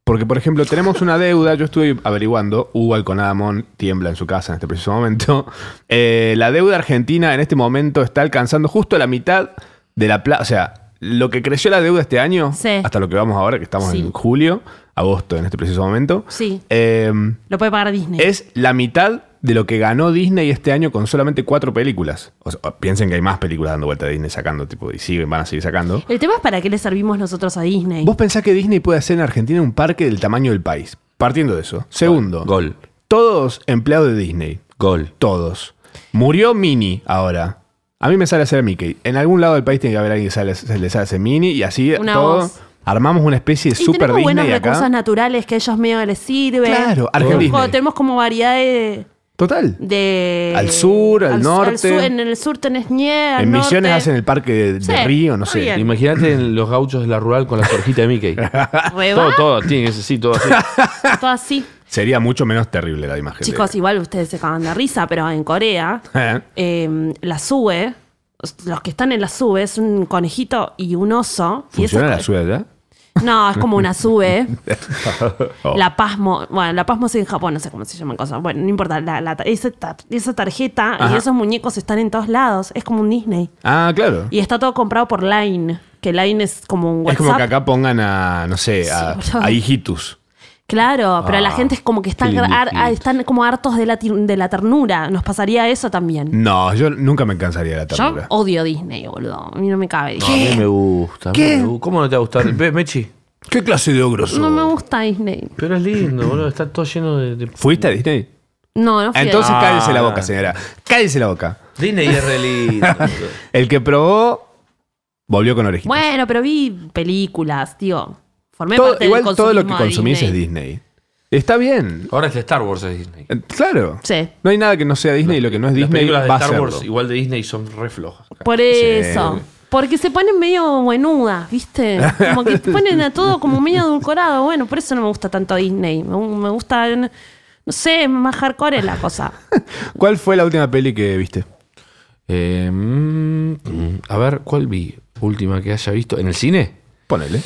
[SPEAKER 3] Porque, por ejemplo, tenemos una deuda, yo estuve averiguando, Hugo Alconadamón tiembla en su casa en este preciso momento, Eh, la deuda argentina en este momento está alcanzando justo la mitad de la plata, o sea, lo que creció la deuda este año,
[SPEAKER 2] Sí.
[SPEAKER 3] hasta lo que vamos ahora, que estamos
[SPEAKER 2] Sí.
[SPEAKER 3] en julio, agosto en este preciso momento,
[SPEAKER 2] Sí.
[SPEAKER 3] eh,
[SPEAKER 2] Lo puede pagar Disney.
[SPEAKER 3] es la mitad de lo que ganó Disney este año con solamente cuatro películas. O sea, piensen que hay más películas dando vuelta a Disney sacando, tipo, y siguen, van a seguir sacando.
[SPEAKER 2] El tema es para qué le servimos nosotros a Disney.
[SPEAKER 3] ¿Vos pensás que Disney puede hacer en Argentina un parque del tamaño del país? Partiendo de eso. Segundo,
[SPEAKER 4] Gol,
[SPEAKER 3] todos empleados de Disney.
[SPEAKER 4] gol.
[SPEAKER 3] Todos. Murió Mini ahora. A mí me sale hacer a Mickey. En algún lado del país tiene que haber alguien que sale- se le sale hacer Mini y así
[SPEAKER 2] Una
[SPEAKER 3] todo.
[SPEAKER 2] voz.
[SPEAKER 3] Armamos una especie de
[SPEAKER 2] y
[SPEAKER 3] super
[SPEAKER 2] tenemos buenos
[SPEAKER 3] Disney
[SPEAKER 2] recursos
[SPEAKER 3] acá.
[SPEAKER 2] naturales que a ellos medio les sirven.
[SPEAKER 3] Claro, Argen
[SPEAKER 2] tenemos,
[SPEAKER 3] Disney.
[SPEAKER 2] tenemos como variedad de,
[SPEAKER 3] Total.
[SPEAKER 2] de-
[SPEAKER 3] Al sur, al norte.
[SPEAKER 2] sur- en el sur tenés nieve. al
[SPEAKER 3] En Misiones
[SPEAKER 2] norte.
[SPEAKER 3] hacen el parque de, de
[SPEAKER 2] Sí,
[SPEAKER 3] Río, no
[SPEAKER 2] está
[SPEAKER 3] sé.
[SPEAKER 2] bien.
[SPEAKER 4] Imagínate en los gauchos de la rural con la sorjita de Mickey.
[SPEAKER 2] Re
[SPEAKER 4] todo,
[SPEAKER 2] va,
[SPEAKER 4] todo, tiene ese sí, todo así.
[SPEAKER 2] todo así.
[SPEAKER 3] Sería mucho menos terrible la imagen. de-
[SPEAKER 2] Chicos, igual ustedes se cagan de risa, pero en Corea
[SPEAKER 3] Eh.
[SPEAKER 2] eh, la sube, los que están en la sube es un conejito y un oso. y esos
[SPEAKER 3] ¿Funciona la
[SPEAKER 2] co-
[SPEAKER 3] suya ya?
[SPEAKER 2] No, es como una sube. La pasmo, bueno, la pasmo es en Japón, no sé cómo se llaman cosas. Bueno, no importa, la, la- esa, ta- esa tarjeta
[SPEAKER 3] Ajá.
[SPEAKER 2] y esos muñecos están en todos lados. Es como un Disney.
[SPEAKER 3] Ah, claro.
[SPEAKER 2] Y está todo comprado por Line, que Line es como un
[SPEAKER 3] Es
[SPEAKER 2] WhatsApp.
[SPEAKER 3] como que acá pongan a, no sé, a,
[SPEAKER 2] Sí, boludo.
[SPEAKER 3] a Hijitus.
[SPEAKER 2] Claro, pero
[SPEAKER 4] Ah,
[SPEAKER 2] la gente es como que está
[SPEAKER 4] qué lindo,
[SPEAKER 2] har-
[SPEAKER 4] qué lindo.
[SPEAKER 2] están como hartos de la, tir- de la ternura. Nos pasaría eso también.
[SPEAKER 3] No, yo nunca me cansaría de la
[SPEAKER 2] Yo
[SPEAKER 3] ternura.
[SPEAKER 2] odio Disney, boludo. A mí no me cabe.
[SPEAKER 4] No, a mí me gusta. a mí me gu- ¿Cómo no te va a gustar? Ve, Mechi.
[SPEAKER 3] ¿Qué clase de ogro sos?
[SPEAKER 2] No me gusta Disney.
[SPEAKER 4] Pero es lindo, boludo. Está todo lleno de. de-
[SPEAKER 3] ¿Fuiste a Disney?
[SPEAKER 2] No, no fui a
[SPEAKER 3] Entonces
[SPEAKER 4] Ah.
[SPEAKER 3] cállese la boca, señora. Cállese la boca.
[SPEAKER 4] Disney es re lindo. boludo.
[SPEAKER 3] El que probó volvió con orejitas.
[SPEAKER 2] Bueno, pero vi películas, tío. Formé
[SPEAKER 3] Todo-
[SPEAKER 2] parte
[SPEAKER 3] igual
[SPEAKER 2] del
[SPEAKER 3] todo lo que
[SPEAKER 2] consumismo de
[SPEAKER 3] consumís es Disney. Está bien.
[SPEAKER 4] Ahora es de Star Wars es Disney.
[SPEAKER 3] Eh, Claro.
[SPEAKER 2] Sí.
[SPEAKER 3] No hay nada que no sea Disney y lo que no es
[SPEAKER 4] Las
[SPEAKER 3] Disney
[SPEAKER 4] películas de
[SPEAKER 3] va a
[SPEAKER 4] Star Wars,
[SPEAKER 3] serlo.
[SPEAKER 4] igual de Disney, son re flojas.
[SPEAKER 2] Por eso. Porque se ponen medio buenudas, ¿viste? Como que te ponen a todo como medio adulcorado. Bueno, por eso no me gusta tanto Disney. Me, me gusta, no sé, más hardcore es la cosa.
[SPEAKER 3] ¿Cuál fue la última peli que viste?
[SPEAKER 4] Eh, mm, mm, a ver, ¿cuál vi? Última que haya visto. ¿En el cine?
[SPEAKER 3] Ponele.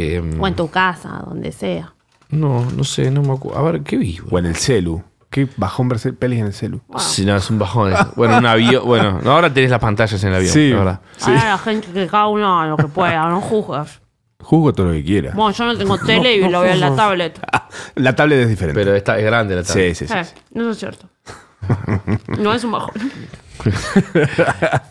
[SPEAKER 4] Eh,
[SPEAKER 2] O en tu casa, donde sea.
[SPEAKER 4] No, no sé, no me acuerdo. A ver, ¿qué vi? boludo?
[SPEAKER 3] O en el celu. Qué bajón ver ce- pelis en el celu.
[SPEAKER 2] Wow.
[SPEAKER 4] Sí, no, es un bajón. eso. Bueno, un avión. Bueno, no, ahora tenés las pantallas en el avión,
[SPEAKER 3] Sí.
[SPEAKER 4] la verdad.
[SPEAKER 2] Ahora la gente que cada uno lo que pueda, no juzgas.
[SPEAKER 3] Juzgo todo lo que quiera.
[SPEAKER 2] Bueno, yo no tengo tele y lo veo en la tablet.
[SPEAKER 3] La tablet es diferente.
[SPEAKER 4] Pero esta es grande la tabla.
[SPEAKER 3] sí, sí, sí.
[SPEAKER 2] Eh, no es cierto. No es un bajón.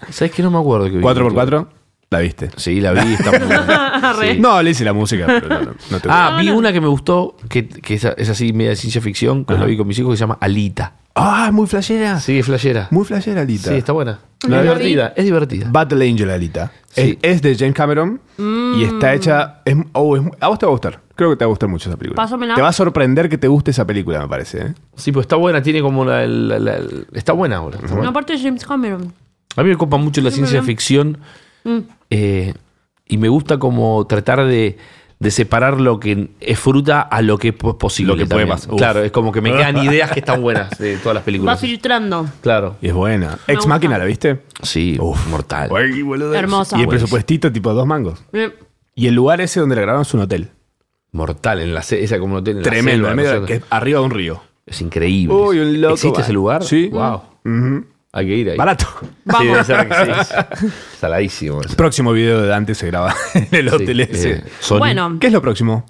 [SPEAKER 4] ¿Sabes qué? No me acuerdo
[SPEAKER 2] Ah.
[SPEAKER 4] que vi.
[SPEAKER 3] 4x4, la viste.
[SPEAKER 4] Sí, la vi. Está muy buena.
[SPEAKER 2] Re.
[SPEAKER 4] Sí.
[SPEAKER 3] No, le hice la música, pero no, no, no te
[SPEAKER 4] Ah, vi una que me gustó, que, que es, es así media de ciencia ficción, que la vi con mis hijos, que se llama Alita.
[SPEAKER 3] Ah, muy flashera.
[SPEAKER 4] Sí, es flashera.
[SPEAKER 3] Muy flashera, Alita.
[SPEAKER 4] Sí, está buena.
[SPEAKER 2] No
[SPEAKER 4] es
[SPEAKER 2] la vi.
[SPEAKER 4] divertida, es divertida.
[SPEAKER 3] Battle Angel Alita.
[SPEAKER 4] Sí.
[SPEAKER 3] Es, es de James Cameron y
[SPEAKER 2] Mm.
[SPEAKER 3] está hecha. es- oh, es- a vos te va a gustar. Creo que te va a gustar mucho esa película.
[SPEAKER 2] Pásamela.
[SPEAKER 3] Te va a sorprender que te guste esa película, me parece. ¿eh?
[SPEAKER 4] Sí, pues está buena, tiene como la. la- la- la- está buena ahora. está
[SPEAKER 2] No,
[SPEAKER 4] buena.
[SPEAKER 2] aparte de James Cameron.
[SPEAKER 4] A mí me copa mucho la ciencia ficción eh, y me gusta como tratar de, de separar lo que es fruta a lo que es posible.
[SPEAKER 3] Lo que puede
[SPEAKER 4] también.
[SPEAKER 3] pasar. Uf.
[SPEAKER 4] Claro, es como que me quedan ideas que están buenas de todas las
[SPEAKER 2] Va
[SPEAKER 4] películas.
[SPEAKER 2] filtrando.
[SPEAKER 4] Claro.
[SPEAKER 3] Y es buena. Ex
[SPEAKER 2] gusta.
[SPEAKER 3] Máquina, ¿la viste?
[SPEAKER 4] Sí, mortal.
[SPEAKER 3] Uy, boludo.
[SPEAKER 2] Hermosa.
[SPEAKER 3] Y el
[SPEAKER 2] Buenísimo.
[SPEAKER 3] presupuestito, tipo dos mangos.
[SPEAKER 2] Eh,
[SPEAKER 3] Y el lugar ese donde la grabaron es un hotel.
[SPEAKER 4] Mortal, en la, se- esa como no tiene en la
[SPEAKER 3] Tremendo,
[SPEAKER 4] selva,
[SPEAKER 3] en
[SPEAKER 4] no
[SPEAKER 3] medio
[SPEAKER 4] sé
[SPEAKER 3] de-
[SPEAKER 4] dónde.
[SPEAKER 3] que es arriba de un río.
[SPEAKER 4] Es increíble.
[SPEAKER 3] Uy, un loco
[SPEAKER 4] ¿Existe
[SPEAKER 3] va.
[SPEAKER 4] ese lugar?
[SPEAKER 3] Sí.
[SPEAKER 4] Wow. Hay que ir ahí.
[SPEAKER 3] Barato.
[SPEAKER 4] Sí, debe ser que sí. Saladísimo. eso.
[SPEAKER 3] Próximo video de Dante se graba en el
[SPEAKER 4] Sí,
[SPEAKER 3] hotel
[SPEAKER 4] eh,
[SPEAKER 3] ese.
[SPEAKER 4] Sony.
[SPEAKER 2] Bueno.
[SPEAKER 3] ¿Qué es lo próximo?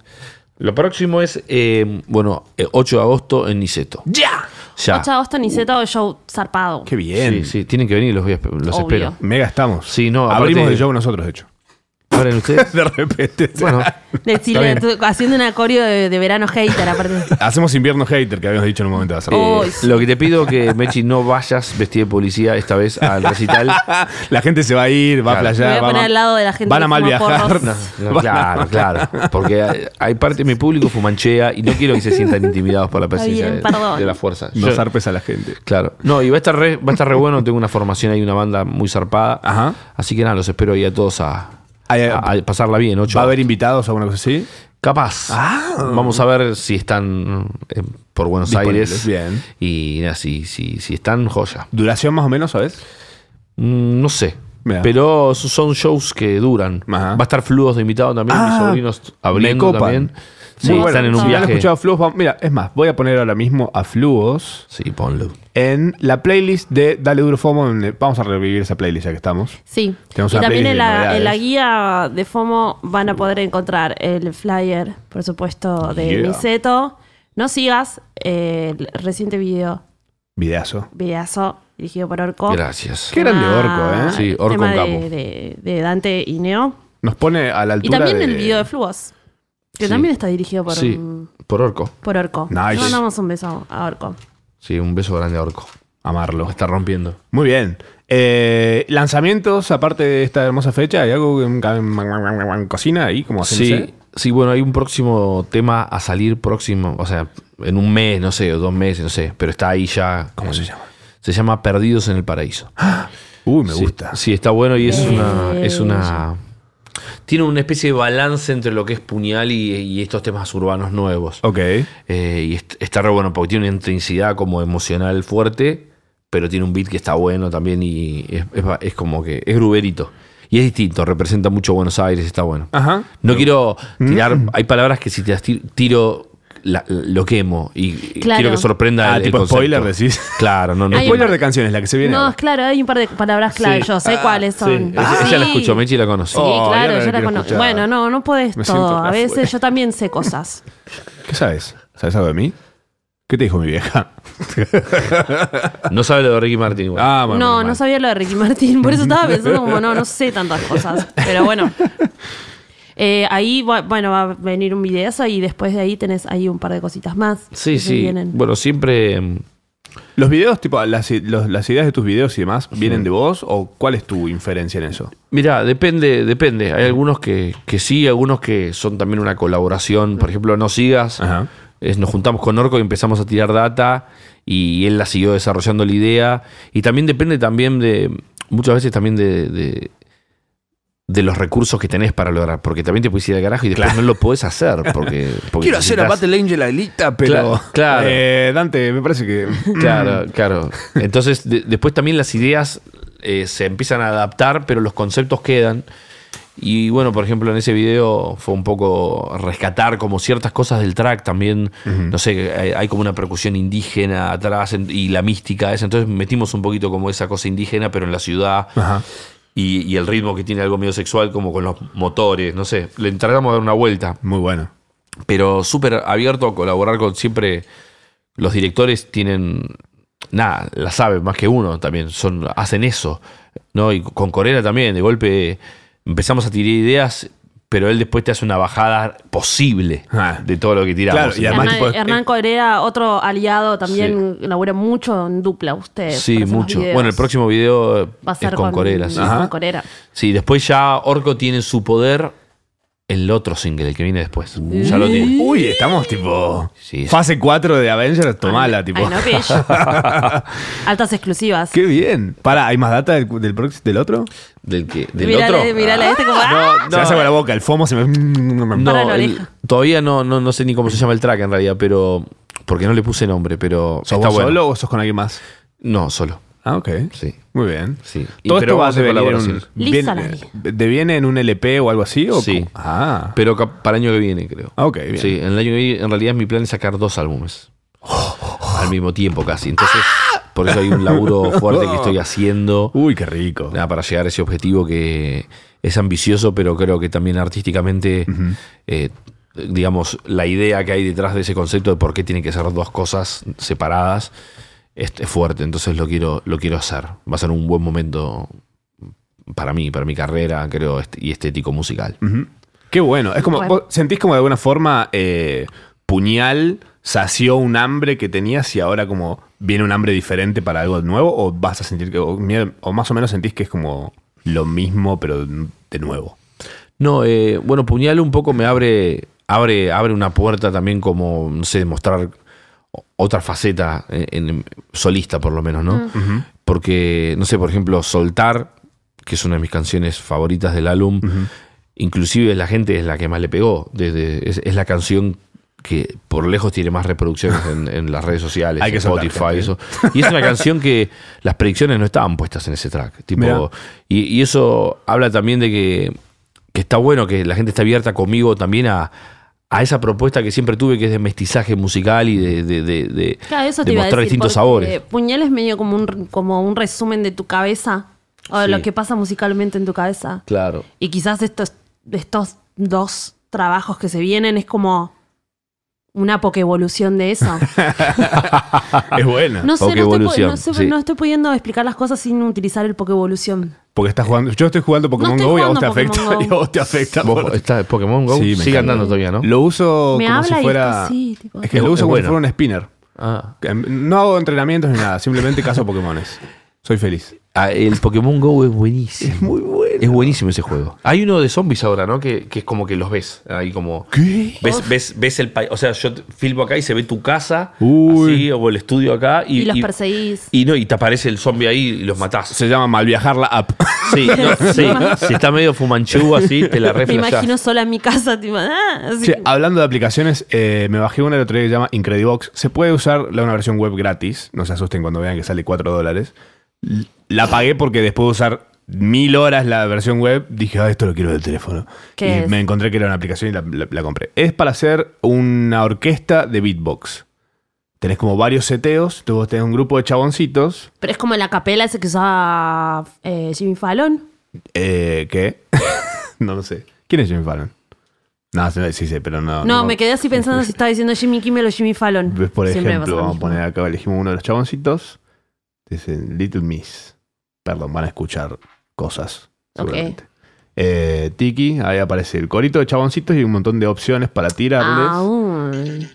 [SPEAKER 4] Lo próximo es, eh, bueno, eh, 8 de agosto en Niceto.
[SPEAKER 3] ¡Ya!
[SPEAKER 4] Ya.
[SPEAKER 2] 8 de agosto Niceto, show zarpado.
[SPEAKER 3] Uh. ¡Qué bien!
[SPEAKER 4] Sí, sí, tienen que venir, los, voy a espe- los
[SPEAKER 2] Obvio.
[SPEAKER 4] espero.
[SPEAKER 3] Mega estamos.
[SPEAKER 4] Sí, no, aparte-
[SPEAKER 3] Abrimos el show nosotros, de hecho.
[SPEAKER 4] Abren ustedes.
[SPEAKER 3] De repente.
[SPEAKER 4] Bueno,
[SPEAKER 2] Decirle,
[SPEAKER 4] Está
[SPEAKER 2] tú- haciendo un acorio de, de verano hater, aparte.
[SPEAKER 3] Hacemos invierno hater, que habíamos dicho en un momento de hacerlo.
[SPEAKER 2] Oh,
[SPEAKER 4] eh, lo que te pido que, Mechi, no vayas vestida de policía esta vez al recital.
[SPEAKER 3] ah, La gente se va a ir, va
[SPEAKER 4] Claro.
[SPEAKER 3] a
[SPEAKER 2] Me voy
[SPEAKER 3] playar.
[SPEAKER 2] a
[SPEAKER 3] va
[SPEAKER 2] poner
[SPEAKER 3] ma-
[SPEAKER 2] al lado de la gente
[SPEAKER 3] Van
[SPEAKER 2] que
[SPEAKER 3] a mal
[SPEAKER 2] fuma
[SPEAKER 3] viajar.
[SPEAKER 2] porros.
[SPEAKER 4] No, no,
[SPEAKER 3] Van a-
[SPEAKER 4] claro, claro. Porque hay, hay parte de mi público fumanchea y no quiero que se sientan intimidados por la
[SPEAKER 2] Está
[SPEAKER 4] presencia
[SPEAKER 2] bien,
[SPEAKER 4] de-
[SPEAKER 2] perdón.
[SPEAKER 4] de, la fuerza.
[SPEAKER 3] No
[SPEAKER 4] Yo-
[SPEAKER 3] zarpes a la gente.
[SPEAKER 4] Claro. No, y va a estar re, va a estar re bueno. Tengo una formación ahí, una banda muy zarpada.
[SPEAKER 3] Ajá.
[SPEAKER 4] Así que nada, los espero ahí a todos a,
[SPEAKER 3] Ay, ay,
[SPEAKER 4] a- a pasarla bien, ocho.
[SPEAKER 3] ¿Va a haber Ah. invitados o alguna cosa así?
[SPEAKER 4] Capaz. Vamos a ver si están eh, por Buenos
[SPEAKER 3] Disponibles,
[SPEAKER 4] Aires.
[SPEAKER 3] bien.
[SPEAKER 4] Y nada, si, si, si están, joya.
[SPEAKER 3] ¿Duración más o menos, sabes?
[SPEAKER 4] Mm, no sé.
[SPEAKER 3] Mirá.
[SPEAKER 4] Pero so- son shows que duran.
[SPEAKER 3] Ajá.
[SPEAKER 4] Va a estar fludos de invitado también.
[SPEAKER 3] Ah,
[SPEAKER 4] Mis sobrinos abriendo
[SPEAKER 3] me copan.
[SPEAKER 4] también. Sí,
[SPEAKER 3] Muy bueno.
[SPEAKER 4] están en
[SPEAKER 2] Si
[SPEAKER 4] un
[SPEAKER 3] Ya han
[SPEAKER 4] viaje.
[SPEAKER 3] escuchado Flujos. vamos- Mira, es más, voy a poner ahora mismo a Flujos
[SPEAKER 4] Sí, ponlo.
[SPEAKER 3] en la playlist de Dale Duro FOMO. donde Vamos a revivir esa playlist ya que estamos.
[SPEAKER 2] Sí.
[SPEAKER 3] Tenemos
[SPEAKER 2] y
[SPEAKER 3] una
[SPEAKER 2] también en
[SPEAKER 3] playlist de
[SPEAKER 2] la,
[SPEAKER 3] novedades.
[SPEAKER 2] en la guía de FOMO van a poder encontrar el flyer, por supuesto, de
[SPEAKER 3] Yeah.
[SPEAKER 2] Niceto. No sigas eh, el reciente video,
[SPEAKER 3] Videazo.
[SPEAKER 2] videazo dirigido por Orco.
[SPEAKER 4] Gracias.
[SPEAKER 3] Qué grande Orco, ¿eh?
[SPEAKER 4] Sí,
[SPEAKER 2] el
[SPEAKER 4] Orco
[SPEAKER 2] tema
[SPEAKER 4] un capo.
[SPEAKER 2] de, de- de Dante y Neo.
[SPEAKER 3] Nos pone a la
[SPEAKER 2] Y
[SPEAKER 3] altura.
[SPEAKER 2] también
[SPEAKER 3] de-
[SPEAKER 2] el video de Flugos, que
[SPEAKER 4] Sí.
[SPEAKER 2] también está dirigido por,
[SPEAKER 4] Sí,
[SPEAKER 2] un-
[SPEAKER 4] por Orco.
[SPEAKER 2] por Orco.
[SPEAKER 3] Nice.
[SPEAKER 2] Le mandamos un beso a Orco.
[SPEAKER 4] Sí, un beso grande a Orco.
[SPEAKER 3] Amarlo.
[SPEAKER 4] Lo está rompiendo.
[SPEAKER 3] Muy bien. Eh, lanzamientos, aparte de esta hermosa fecha, ¿hay algo en, cocina ahí? Como haciéndose?
[SPEAKER 4] Sí, sí, bueno, hay un próximo tema a salir próximo, o sea, en un mes, no sé, o dos meses, no sé, pero está ahí ya.
[SPEAKER 3] ¿Cómo
[SPEAKER 4] Eh,
[SPEAKER 3] se llama? Ah,
[SPEAKER 4] Se llama Perdidos en el Paraíso.
[SPEAKER 3] Uy, me
[SPEAKER 4] Sí,
[SPEAKER 3] gusta.
[SPEAKER 4] Sí, está bueno y es una. Es
[SPEAKER 2] Eh,
[SPEAKER 4] una tiene una especie de balance entre lo que es puñal y, y estos temas urbanos nuevos.
[SPEAKER 3] Ok.
[SPEAKER 4] Eh, y est- está re bueno porque tiene una intensidad como emocional fuerte, pero tiene un beat que está bueno también y es, es ba- es como que es gruberito. Y es distinto, representa mucho Buenos Aires, está bueno.
[SPEAKER 3] Ajá.
[SPEAKER 4] ¿Mm? No quiero tirar. Hay palabras que si te las tir- tiro la- lo quemo y y
[SPEAKER 2] Claro.
[SPEAKER 4] quiero que sorprenda
[SPEAKER 3] Ah,
[SPEAKER 4] el- el
[SPEAKER 3] tipo
[SPEAKER 4] concepto.
[SPEAKER 3] spoiler, decís.
[SPEAKER 4] Claro, no, no.
[SPEAKER 2] Hay
[SPEAKER 3] Spoiler
[SPEAKER 2] un-
[SPEAKER 3] de canciones, la que se viene.
[SPEAKER 2] No,
[SPEAKER 3] ahora. Ah,
[SPEAKER 2] es claro, hay un par de palabras clave.
[SPEAKER 4] Sí.
[SPEAKER 2] Yo sé cuáles son.
[SPEAKER 4] Ella-
[SPEAKER 2] Ah, Sí.
[SPEAKER 4] Ella la escuchó, Mechi la
[SPEAKER 2] Sí,
[SPEAKER 4] conoció.
[SPEAKER 3] Oh,
[SPEAKER 2] claro, yo
[SPEAKER 3] ahora
[SPEAKER 2] la
[SPEAKER 3] quiero
[SPEAKER 2] conozco.
[SPEAKER 3] escuchar.
[SPEAKER 2] Bueno, no, no podés
[SPEAKER 3] Me siento
[SPEAKER 2] todo. A
[SPEAKER 3] afuera.
[SPEAKER 2] veces yo también sé cosas.
[SPEAKER 3] ¿Qué sabes? ¿Sabes algo de mí? ¿Qué te dijo mi vieja?
[SPEAKER 4] No sabe lo de Ricky Martin. igual.
[SPEAKER 3] Ah,
[SPEAKER 2] no,
[SPEAKER 3] menos
[SPEAKER 2] no
[SPEAKER 3] mal.
[SPEAKER 2] sabía lo de Ricky Martín. Por eso estaba pensando como, no, no sé tantas cosas. Pero bueno. Eh, ahí, va- bueno, va a venir un video y después de ahí tenés ahí un par de cositas más.
[SPEAKER 4] sí,
[SPEAKER 2] que se
[SPEAKER 4] sí.
[SPEAKER 2] vienen.
[SPEAKER 4] Bueno, siempre. mm,
[SPEAKER 3] ¿Los videos, tipo, las, i- los- las ideas de tus videos y demás, vienen de vos o cuál es tu inferencia en eso?
[SPEAKER 4] Mirá, depende, depende. Hay algunos que, que sí, algunos que son también una colaboración. Por ejemplo, No Sigas.
[SPEAKER 3] Ajá.
[SPEAKER 4] Es- nos juntamos con Orco y empezamos a tirar data y él la siguió desarrollando la idea. Y también depende también de, muchas veces también de, de, de los recursos que tenés para lograr. Porque también te puedes ir al carajo y después no lo podés hacer. Porque, porque necesitas-
[SPEAKER 3] Angel Alita,
[SPEAKER 4] pero- Claro.
[SPEAKER 3] Eh, Dante, me parece que.
[SPEAKER 4] Claro, claro. Entonces, de- después también las ideas eh, se empiezan a adaptar, pero los conceptos quedan. Y bueno, por ejemplo, en ese video fue un poco rescatar como ciertas cosas del track también. No sé, hay, hay como una percusión indígena atrás en- y la mística esa. Entonces metimos un poquito como esa cosa indígena, pero en la ciudad.
[SPEAKER 3] Ajá.
[SPEAKER 4] Y, y el ritmo que tiene algo medio sexual, como con los motores, no sé. Le tratamos de dar una vuelta
[SPEAKER 3] Muy bueno.
[SPEAKER 4] pero súper abierto a colaborar con siempre. Los directores tienen. Nada, la saben más que uno también. Son, hacen eso. ¿no? Y con Corena también, de golpe empezamos a tirar ideas, pero él después te hace una bajada posible
[SPEAKER 3] Ah.
[SPEAKER 4] de todo lo que tiramos.
[SPEAKER 3] Claro, y además-
[SPEAKER 2] Hernán,
[SPEAKER 3] tipo-
[SPEAKER 2] Hernán Correa, otro aliado, también labura mucho en dupla ustedes.
[SPEAKER 4] Sí,
[SPEAKER 2] para hacer los
[SPEAKER 4] mucho.
[SPEAKER 2] videos.
[SPEAKER 4] Bueno, el próximo video
[SPEAKER 2] va a ser
[SPEAKER 4] es con, Corena. Sí.
[SPEAKER 2] con
[SPEAKER 3] Ajá.
[SPEAKER 2] Corera.
[SPEAKER 4] Sí, después ya Orco tiene su poder en el otro single, el que viene después. Ya lo tiene.
[SPEAKER 3] Uy, estamos tipo.
[SPEAKER 4] Sí, es-
[SPEAKER 3] fase 4 de Avengers, tomala,
[SPEAKER 2] Ay,
[SPEAKER 3] tipo.
[SPEAKER 2] ay, no, bitch. Altas exclusivas.
[SPEAKER 3] Qué bien. Para, ¿hay más data del, del, prox- del otro?
[SPEAKER 4] Del, que, del
[SPEAKER 2] Mírale,
[SPEAKER 4] otro.
[SPEAKER 2] mírale a este como. ¡ah!
[SPEAKER 3] Se hace con la boca, el FOMO se me.
[SPEAKER 2] Para
[SPEAKER 4] No,
[SPEAKER 2] la
[SPEAKER 4] el-
[SPEAKER 2] oreja.
[SPEAKER 4] todavía no, no, no sé ni cómo se llama el track en realidad, pero. Porque no le puse nombre, pero.
[SPEAKER 3] ¿Sos
[SPEAKER 4] está
[SPEAKER 3] vos
[SPEAKER 4] bueno.
[SPEAKER 3] solo o sos con alguien más?
[SPEAKER 4] No, solo.
[SPEAKER 3] Ah, ok.
[SPEAKER 4] Sí.
[SPEAKER 3] Muy bien.
[SPEAKER 4] Sí. Y-
[SPEAKER 3] Todo
[SPEAKER 4] pero
[SPEAKER 3] esto va a
[SPEAKER 4] vamos a
[SPEAKER 3] devenir en un,
[SPEAKER 4] colaboraciones.
[SPEAKER 2] Lisa
[SPEAKER 3] bien-
[SPEAKER 2] Lali.
[SPEAKER 3] ¿Deviene en un LP o algo así? O
[SPEAKER 4] Sí.
[SPEAKER 3] cómo? Ah.
[SPEAKER 4] Pero cap- para el año que viene, creo.
[SPEAKER 3] Ah, ok, bien.
[SPEAKER 4] Sí, en el año que viene, en realidad mi plan es sacar dos álbumes. Al mismo tiempo casi. Entonces, por eso hay un laburo fuerte que estoy haciendo.
[SPEAKER 3] Uy, qué rico.
[SPEAKER 4] Nada, Ah, para llegar a ese objetivo que es ambicioso, pero creo que también artísticamente, eh, digamos, la idea que hay detrás de ese concepto de por qué tienen que ser dos cosas separadas es, es fuerte. Entonces lo quiero, lo quiero hacer. Va a ser un buen momento para mí, para mi carrera, creo, est- y estético musical.
[SPEAKER 3] Qué bueno. Es como,
[SPEAKER 2] Bueno.
[SPEAKER 3] vos sentís como de alguna forma eh, puñal sació un hambre que tenías y ahora como viene un hambre diferente para algo nuevo o vas a sentir que, o, mie- o más o menos sentís que es como lo mismo pero de nuevo.
[SPEAKER 4] No, eh, bueno, Puñal un poco me abre, abre, abre una puerta también como, no sé, mostrar o- otra faceta en, en- solista por lo menos, ¿no? Porque, no sé, por ejemplo, Soltar, que es una de mis canciones favoritas del álbum, inclusive la gente es la que más le pegó, desde, es, es la canción que por lejos tiene más reproducciones en, en las redes sociales,
[SPEAKER 3] Hay que
[SPEAKER 4] en
[SPEAKER 3] soltar
[SPEAKER 4] Spotify,
[SPEAKER 3] gente, ¿eh?
[SPEAKER 4] eso. Y es una canción que las predicciones no estaban puestas en ese track.
[SPEAKER 3] Mirá.
[SPEAKER 4] Tipo, y, y eso habla también de que, que está bueno que la gente está abierta conmigo también a, a esa propuesta que siempre tuve, que es de mestizaje musical y de, de- de- de-
[SPEAKER 2] Claro, eso
[SPEAKER 4] de
[SPEAKER 2] te iba a
[SPEAKER 4] mostrar
[SPEAKER 2] decir,
[SPEAKER 4] distintos
[SPEAKER 2] porque eh,
[SPEAKER 4] sabores.
[SPEAKER 2] Puñal es medio como un, como un resumen de tu cabeza o de
[SPEAKER 4] Sí.
[SPEAKER 2] lo que pasa musicalmente en tu cabeza.
[SPEAKER 4] Claro.
[SPEAKER 2] Y quizás estos, estos dos trabajos que se vienen es como una pokevolución de eso.
[SPEAKER 3] es bueno.
[SPEAKER 2] No sé, no estoy, pu-
[SPEAKER 4] Pokevolución,
[SPEAKER 2] no sé-
[SPEAKER 4] sí.
[SPEAKER 2] no estoy pudiendo explicar las cosas sin utilizar el pokevolución.
[SPEAKER 3] Porque estás jugando, yo estoy jugando Pokémon
[SPEAKER 2] estoy
[SPEAKER 3] Go y a vos
[SPEAKER 2] jugando
[SPEAKER 3] te
[SPEAKER 2] Pokémon Go.
[SPEAKER 3] afecta. Y a vos te afecta.
[SPEAKER 4] Vos-
[SPEAKER 3] por-
[SPEAKER 4] está Pokémon Go,
[SPEAKER 3] Sí, me
[SPEAKER 4] sigue
[SPEAKER 3] encanta.
[SPEAKER 4] andando todavía, ¿no?
[SPEAKER 3] Lo uso
[SPEAKER 2] Me
[SPEAKER 3] como
[SPEAKER 2] habla
[SPEAKER 3] si
[SPEAKER 2] y
[SPEAKER 3] fuera...
[SPEAKER 2] está así, tipo-
[SPEAKER 3] es que
[SPEAKER 4] Es
[SPEAKER 3] lo uso como
[SPEAKER 4] bueno.
[SPEAKER 3] si fuera un spinner. em,
[SPEAKER 4] Ah.
[SPEAKER 3] No hago entrenamientos ni nada, simplemente caso Pokémones. Soy feliz.
[SPEAKER 4] Ah, el Pokémon Go es buenísimo. Es muy bueno. Es buenísimo ese juego. Hay uno de zombies ahora, ¿no? Que, que es como que los ves. Ahí como.
[SPEAKER 3] ¿Qué?
[SPEAKER 4] Ves, ves, ves el país. O sea, yo te- filmo acá y se ve tu casa.
[SPEAKER 3] Uy.
[SPEAKER 4] Así, o el estudio acá. Y,
[SPEAKER 2] Y, los perseguís.
[SPEAKER 4] Y no, y te aparece el zombie ahí y los matás.
[SPEAKER 3] Se llama malviajar la app.
[SPEAKER 4] Sí, no, sí. Si está medio fumanchú así, te la
[SPEAKER 2] Me imagino
[SPEAKER 4] reflejás.
[SPEAKER 2] sola en mi casa, tipo, ah, así.
[SPEAKER 3] Che, hablando de aplicaciones, eh, me bajé una el otro día que se llama Incredibox. Se puede usar la, una versión web gratis. No se asusten cuando vean que sale 4 dólares. L- La pagué porque después de usar mil horas la versión web, dije, ah, esto lo quiero del teléfono.
[SPEAKER 4] ah,
[SPEAKER 2] ¿Qué
[SPEAKER 3] y
[SPEAKER 2] es?
[SPEAKER 3] me encontré que era una aplicación y la, la- la compré. Es para hacer una orquesta de beatbox. Tenés como varios seteos, tú vos tenés un grupo de chaboncitos
[SPEAKER 2] Pero es como la capela ese que usaba eh, Jimmy Fallon.
[SPEAKER 3] eh, que... no lo sé. ¿Quién es Jimmy Fallon? No, sí, sí, sé, pero Ah, no...
[SPEAKER 2] No, me quedé así pensando si estaba diciendo Jimmy Kimmel o Jimmy Fallon.
[SPEAKER 3] ¿Ves, por
[SPEAKER 2] Siempre me pasa
[SPEAKER 3] ejemplo,
[SPEAKER 2] lo
[SPEAKER 3] vamos a
[SPEAKER 2] mismo.
[SPEAKER 3] poner acá, elegimos uno de los chaboncitos. Dicen Little Miss. Perdón, van a escuchar cosas.
[SPEAKER 2] Ok.
[SPEAKER 3] Seguramente. Eh, Tiki, ahí aparece el corito de chaboncitos y un montón de opciones para tirarles.
[SPEAKER 2] Ah, Aún.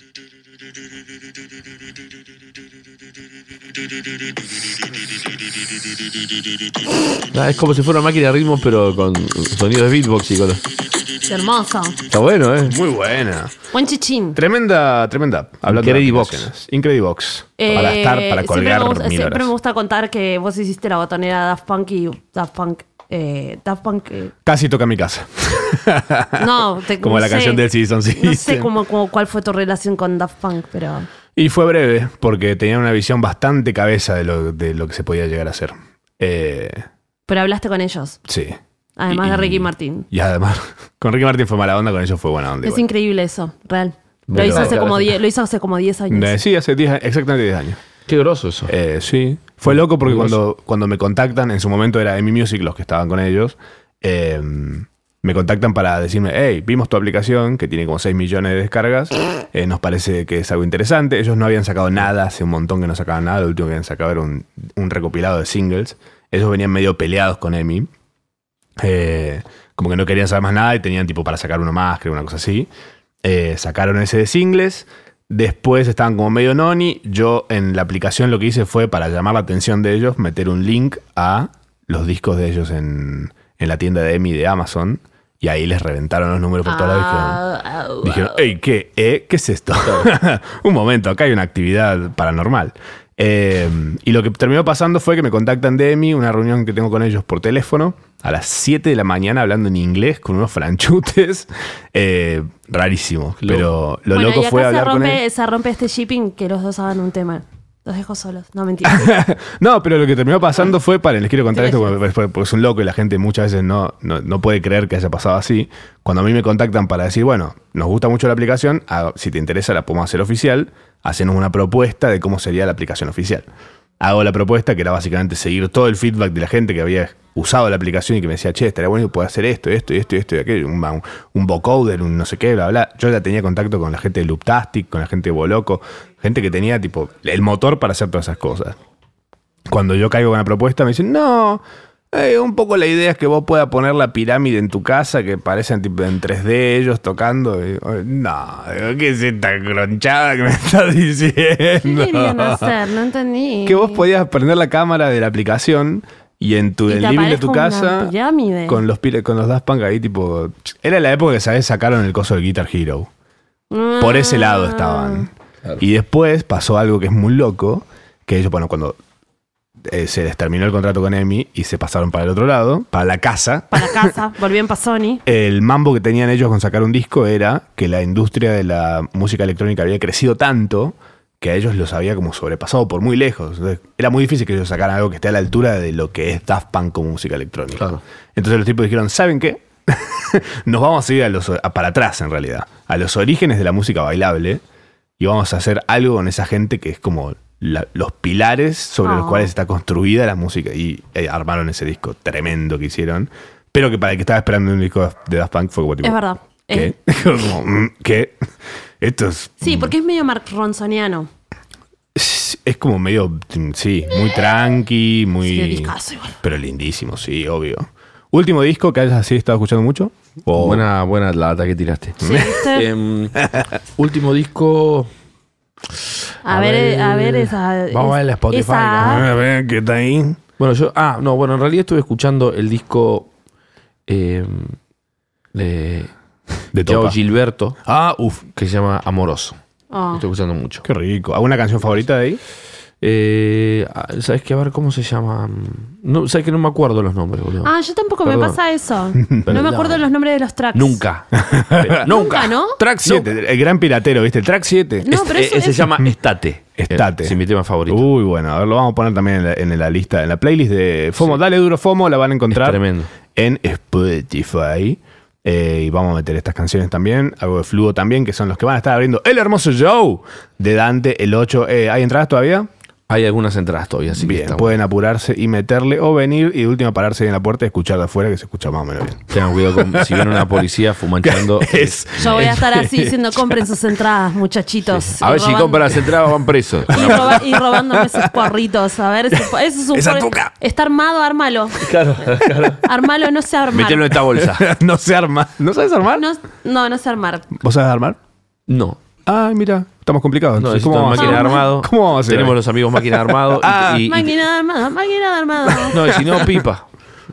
[SPEAKER 4] Ah, es como si fuera una máquina de ritmo, pero con sonido de beatbox y con... Está
[SPEAKER 2] Qué hermoso.
[SPEAKER 4] bueno, ¿eh?
[SPEAKER 3] Muy buena.
[SPEAKER 2] Buen chichín.
[SPEAKER 3] Tremenda, tremenda. Hablando de
[SPEAKER 4] Incredibox.
[SPEAKER 3] aplicaciones. Incredibox.
[SPEAKER 2] Eh,
[SPEAKER 3] para estar, para
[SPEAKER 2] siempre
[SPEAKER 3] colgar
[SPEAKER 2] me, gusta,
[SPEAKER 3] mil
[SPEAKER 2] siempre
[SPEAKER 3] horas.
[SPEAKER 2] me gusta contar que vos hiciste la botonera Daft Punk y Daft Punk. eh, Daft Punk. eh,
[SPEAKER 3] Casi toca mi casa.
[SPEAKER 2] no, te,
[SPEAKER 3] Como
[SPEAKER 2] no
[SPEAKER 3] la
[SPEAKER 2] sé.
[SPEAKER 3] canción del Season
[SPEAKER 2] No sé
[SPEAKER 3] System.
[SPEAKER 2] cómo, cómo- cuál fue tu relación con Daft Punk, pero.
[SPEAKER 3] Y fue breve, porque tenía una visión bastante cabeza de lo, de lo que se podía llegar a hacer. Eh,
[SPEAKER 2] Pero hablaste con ellos.
[SPEAKER 3] sí.
[SPEAKER 2] Además
[SPEAKER 3] Y-
[SPEAKER 2] de Ricky
[SPEAKER 3] y-
[SPEAKER 2] Martin.
[SPEAKER 3] Y además, con Ricky Martin fue mala onda, con ellos fue buena onda.
[SPEAKER 2] Es
[SPEAKER 3] igual.
[SPEAKER 2] increíble eso, real. Lo
[SPEAKER 4] Bueno,
[SPEAKER 2] hizo, hace
[SPEAKER 4] claro.
[SPEAKER 2] como diez, lo hizo hace como 10 años.
[SPEAKER 3] Eh, sí, hace 10 exactamente 10 años.
[SPEAKER 4] Qué groso eso.
[SPEAKER 3] Eh, sí. Fue loco porque
[SPEAKER 4] Muy
[SPEAKER 3] cuando, cuando me contactan, en su momento era Emi Music los que estaban con ellos, eh, me contactan para decirme, hey, vimos tu aplicación que tiene como 6 millones de descargas, eh, nos parece que es algo interesante. Ellos no habían sacado nada, hace un montón que no sacaban nada, lo último que habían sacado era un, un recopilado de singles. Ellos venían medio peleados con Emi. Eh, como que no querían saber más nada y tenían tipo para sacar uno más, creo, una cosa así. Eh, sacaron ese de singles. Después estaban como medio noni. Yo en la aplicación lo que hice fue, para llamar la atención de ellos, meter un link a los discos de ellos en, en la tienda de Emi de Amazon. Y ahí les reventaron los números por toda la vez.
[SPEAKER 2] Ah, ah,
[SPEAKER 3] Dijeron,
[SPEAKER 2] ah.
[SPEAKER 3] hey, ¿qué? ¿Eh? ¿Qué es esto? un momento, acá hay una actividad paranormal. Eh, y lo que terminó pasando fue que me contactan de EMI, una reunión que tengo con ellos por teléfono, a las 7 de la mañana hablando en inglés con unos franchutes. Eh, rarísimo.
[SPEAKER 4] Lo-
[SPEAKER 3] Pero lo
[SPEAKER 2] Bueno, y
[SPEAKER 3] loco
[SPEAKER 2] acá
[SPEAKER 3] fue
[SPEAKER 2] se
[SPEAKER 3] hablar con
[SPEAKER 2] rompe,
[SPEAKER 3] él.
[SPEAKER 2] Se rompe este shipping que los dos hagan un tema. Los dejo solos. No, mentira.
[SPEAKER 3] No, pero lo que terminó pasando fue, para, les quiero contar
[SPEAKER 2] Te
[SPEAKER 3] esto
[SPEAKER 2] lo
[SPEAKER 3] porque, porque es un loco y la gente muchas veces no, no, no puede creer que haya pasado así. Cuando a mí me contactan para decir, bueno, nos gusta mucho la aplicación, ah, si te interesa la podemos hacer oficial, hacenos una propuesta de cómo sería la aplicación oficial. Hago la propuesta que era básicamente seguir todo el feedback de la gente que había usado la aplicación y que me decía, che, estaría bueno que pueda hacer esto, esto, y esto, y esto, y aquello, un, un, un vocoder, un no sé qué, bla, bla. Yo ya tenía contacto con la gente de Looptastic, con la gente de Boloco, gente que tenía tipo el motor para hacer todas esas cosas cuando yo caigo con la propuesta, me dicen, no, eh, un poco la idea es que vos puedas poner la pirámide en tu casa, que parecen tipo en 3D ellos tocando. Y, eh, no, digo, ¿qué es esta cronchada que me estás
[SPEAKER 2] ¿Qué
[SPEAKER 3] diciendo?
[SPEAKER 2] querían hacer? No entendí.
[SPEAKER 3] que vos podías prender la cámara de la aplicación y en tu
[SPEAKER 2] Y te
[SPEAKER 3] el living de tu
[SPEAKER 2] aparezca una ¿eh?
[SPEAKER 3] casa
[SPEAKER 2] pirámide.
[SPEAKER 3] con los pila- con los Daft Punk ahí tipo era la época que sabes sacaron el coso de Guitar Hero.
[SPEAKER 2] Ah.
[SPEAKER 3] Por ese lado estaban. Y después pasó algo que es muy loco, que ellos, bueno, cuando eh, se les terminó el contrato con Emi y se pasaron para el otro lado, para la casa,
[SPEAKER 2] Ah, Para casa, volvían para Sony.
[SPEAKER 3] el mambo que tenían ellos con sacar un disco era que la industria de la música electrónica había crecido tanto que a ellos los había como sobrepasado por muy lejos. Entonces, era muy difícil que ellos sacaran algo que esté a la altura de lo que es Daft Punk como música electrónica.
[SPEAKER 4] Claro.
[SPEAKER 3] Entonces los tipos dijeron, ¿saben qué? Nos vamos a ir a los, a- para atrás en realidad, a los orígenes de la música bailable y vamos a hacer algo con esa gente que es como la- los pilares sobre los
[SPEAKER 2] Oh.
[SPEAKER 3] cuales está construida la música. Y eh, armaron ese disco tremendo que hicieron. Pero que para el que estaba esperando un disco de Daft Punk fue como tipo,
[SPEAKER 2] Es verdad.
[SPEAKER 3] ¿Qué? Mm.
[SPEAKER 2] Eh.
[SPEAKER 3] Como, mm, ¿Qué? Esto es,
[SPEAKER 2] Sí, porque es medio Mark Ronsoniano.
[SPEAKER 3] es como medio, mm, sí, muy tranqui, muy...
[SPEAKER 2] Sí, discazo igual.
[SPEAKER 3] Pero lindísimo, sí, obvio. Último disco que hayas así estado escuchando mucho. O-
[SPEAKER 4] Buena, buena la data que tiraste.
[SPEAKER 2] Sí,
[SPEAKER 3] Eh,
[SPEAKER 2] ¿viste?
[SPEAKER 4] Em, último disco.
[SPEAKER 2] a, ver, eh, a ver esa.
[SPEAKER 4] Vamos a ver la Spotify,
[SPEAKER 2] esa-
[SPEAKER 3] A ver, ¿qué está ahí?
[SPEAKER 4] Bueno, yo. Ah, no, bueno, en realidad estuve escuchando el disco em, de
[SPEAKER 3] De
[SPEAKER 4] Yao
[SPEAKER 3] Topa.
[SPEAKER 4] Gilberto,
[SPEAKER 3] Ah, uff,
[SPEAKER 4] que se llama Amoroso.
[SPEAKER 2] Oh.
[SPEAKER 4] Estoy escuchando mucho.
[SPEAKER 3] qué rico. ¿Alguna canción favorita de ahí?
[SPEAKER 4] Eh, ah, ¿Sabes qué? A ver, ¿cómo se llama? Mm, No, ¿Sabes que no me acuerdo los nombres, boludo?
[SPEAKER 2] Ah, yo tampoco me
[SPEAKER 4] Perdón.
[SPEAKER 2] pasa eso. No me acuerdo los nombres de los tracks.
[SPEAKER 4] Nunca. Pero- nunca.
[SPEAKER 2] Nunca, ¿no?
[SPEAKER 3] Track 7, el gran piratero, ¿viste? Track 7.
[SPEAKER 2] No,
[SPEAKER 4] Este-
[SPEAKER 2] pero eso
[SPEAKER 4] eh, se
[SPEAKER 2] es-
[SPEAKER 4] llama Estate. Eh,
[SPEAKER 3] Estate. Uh,
[SPEAKER 4] Es mi tema favorito.
[SPEAKER 3] Uy, bueno, a ver, lo vamos a poner también en la, en la lista, en la playlist de FOMO. Dale duro FOMO, la van a encontrar
[SPEAKER 4] Es tremendo.
[SPEAKER 3] en Spotify. Eh, y vamos a meter estas canciones también, algo de flujo también, que son los que van a estar abriendo el hermoso show de Dante el 8. Eh, ¿Hay entradas todavía?
[SPEAKER 4] Hay algunas entradas todavía, así que
[SPEAKER 3] bien, pues.
[SPEAKER 4] estamos-
[SPEAKER 3] pueden apurarse y meterle o venir y de última pararse ahí en la puerta y escuchar de afuera que se escucha más o menos bien.
[SPEAKER 4] Tengan cuidado con si ven una policía fumanchando.
[SPEAKER 3] Es-
[SPEAKER 2] Yo voy a estar así diciendo, compren sus entradas, muchachitos.
[SPEAKER 4] eh, A
[SPEAKER 2] Y
[SPEAKER 4] ver si
[SPEAKER 2] roban-
[SPEAKER 4] compran las entradas van presos.
[SPEAKER 2] Y, roba- y robándome sus porritos. A ver, ese po- eso es un
[SPEAKER 3] Esa
[SPEAKER 2] porri-
[SPEAKER 3] tuca.
[SPEAKER 2] Está armado, ármalo.
[SPEAKER 4] Claro, claro.
[SPEAKER 2] Armalo, no sé armar.
[SPEAKER 4] Mételo en esta bolsa.
[SPEAKER 3] no se arma. ¿No sabes armar?
[SPEAKER 2] No, no, no sé armar.
[SPEAKER 3] ¿Vos sabés armar?
[SPEAKER 4] No.
[SPEAKER 3] Ay, mira, estamos complicados.
[SPEAKER 4] No,
[SPEAKER 3] Entonces,
[SPEAKER 4] necesito
[SPEAKER 3] vamos a
[SPEAKER 4] máquina de
[SPEAKER 3] hacer?
[SPEAKER 4] armado.
[SPEAKER 3] ¿Cómo vamos a hacer?
[SPEAKER 4] Tenemos los amigos máquina de armado. y-
[SPEAKER 3] Ah.
[SPEAKER 4] y, y-
[SPEAKER 2] Máquina de armado, máquina de armado.
[SPEAKER 4] no, y si no, pipa.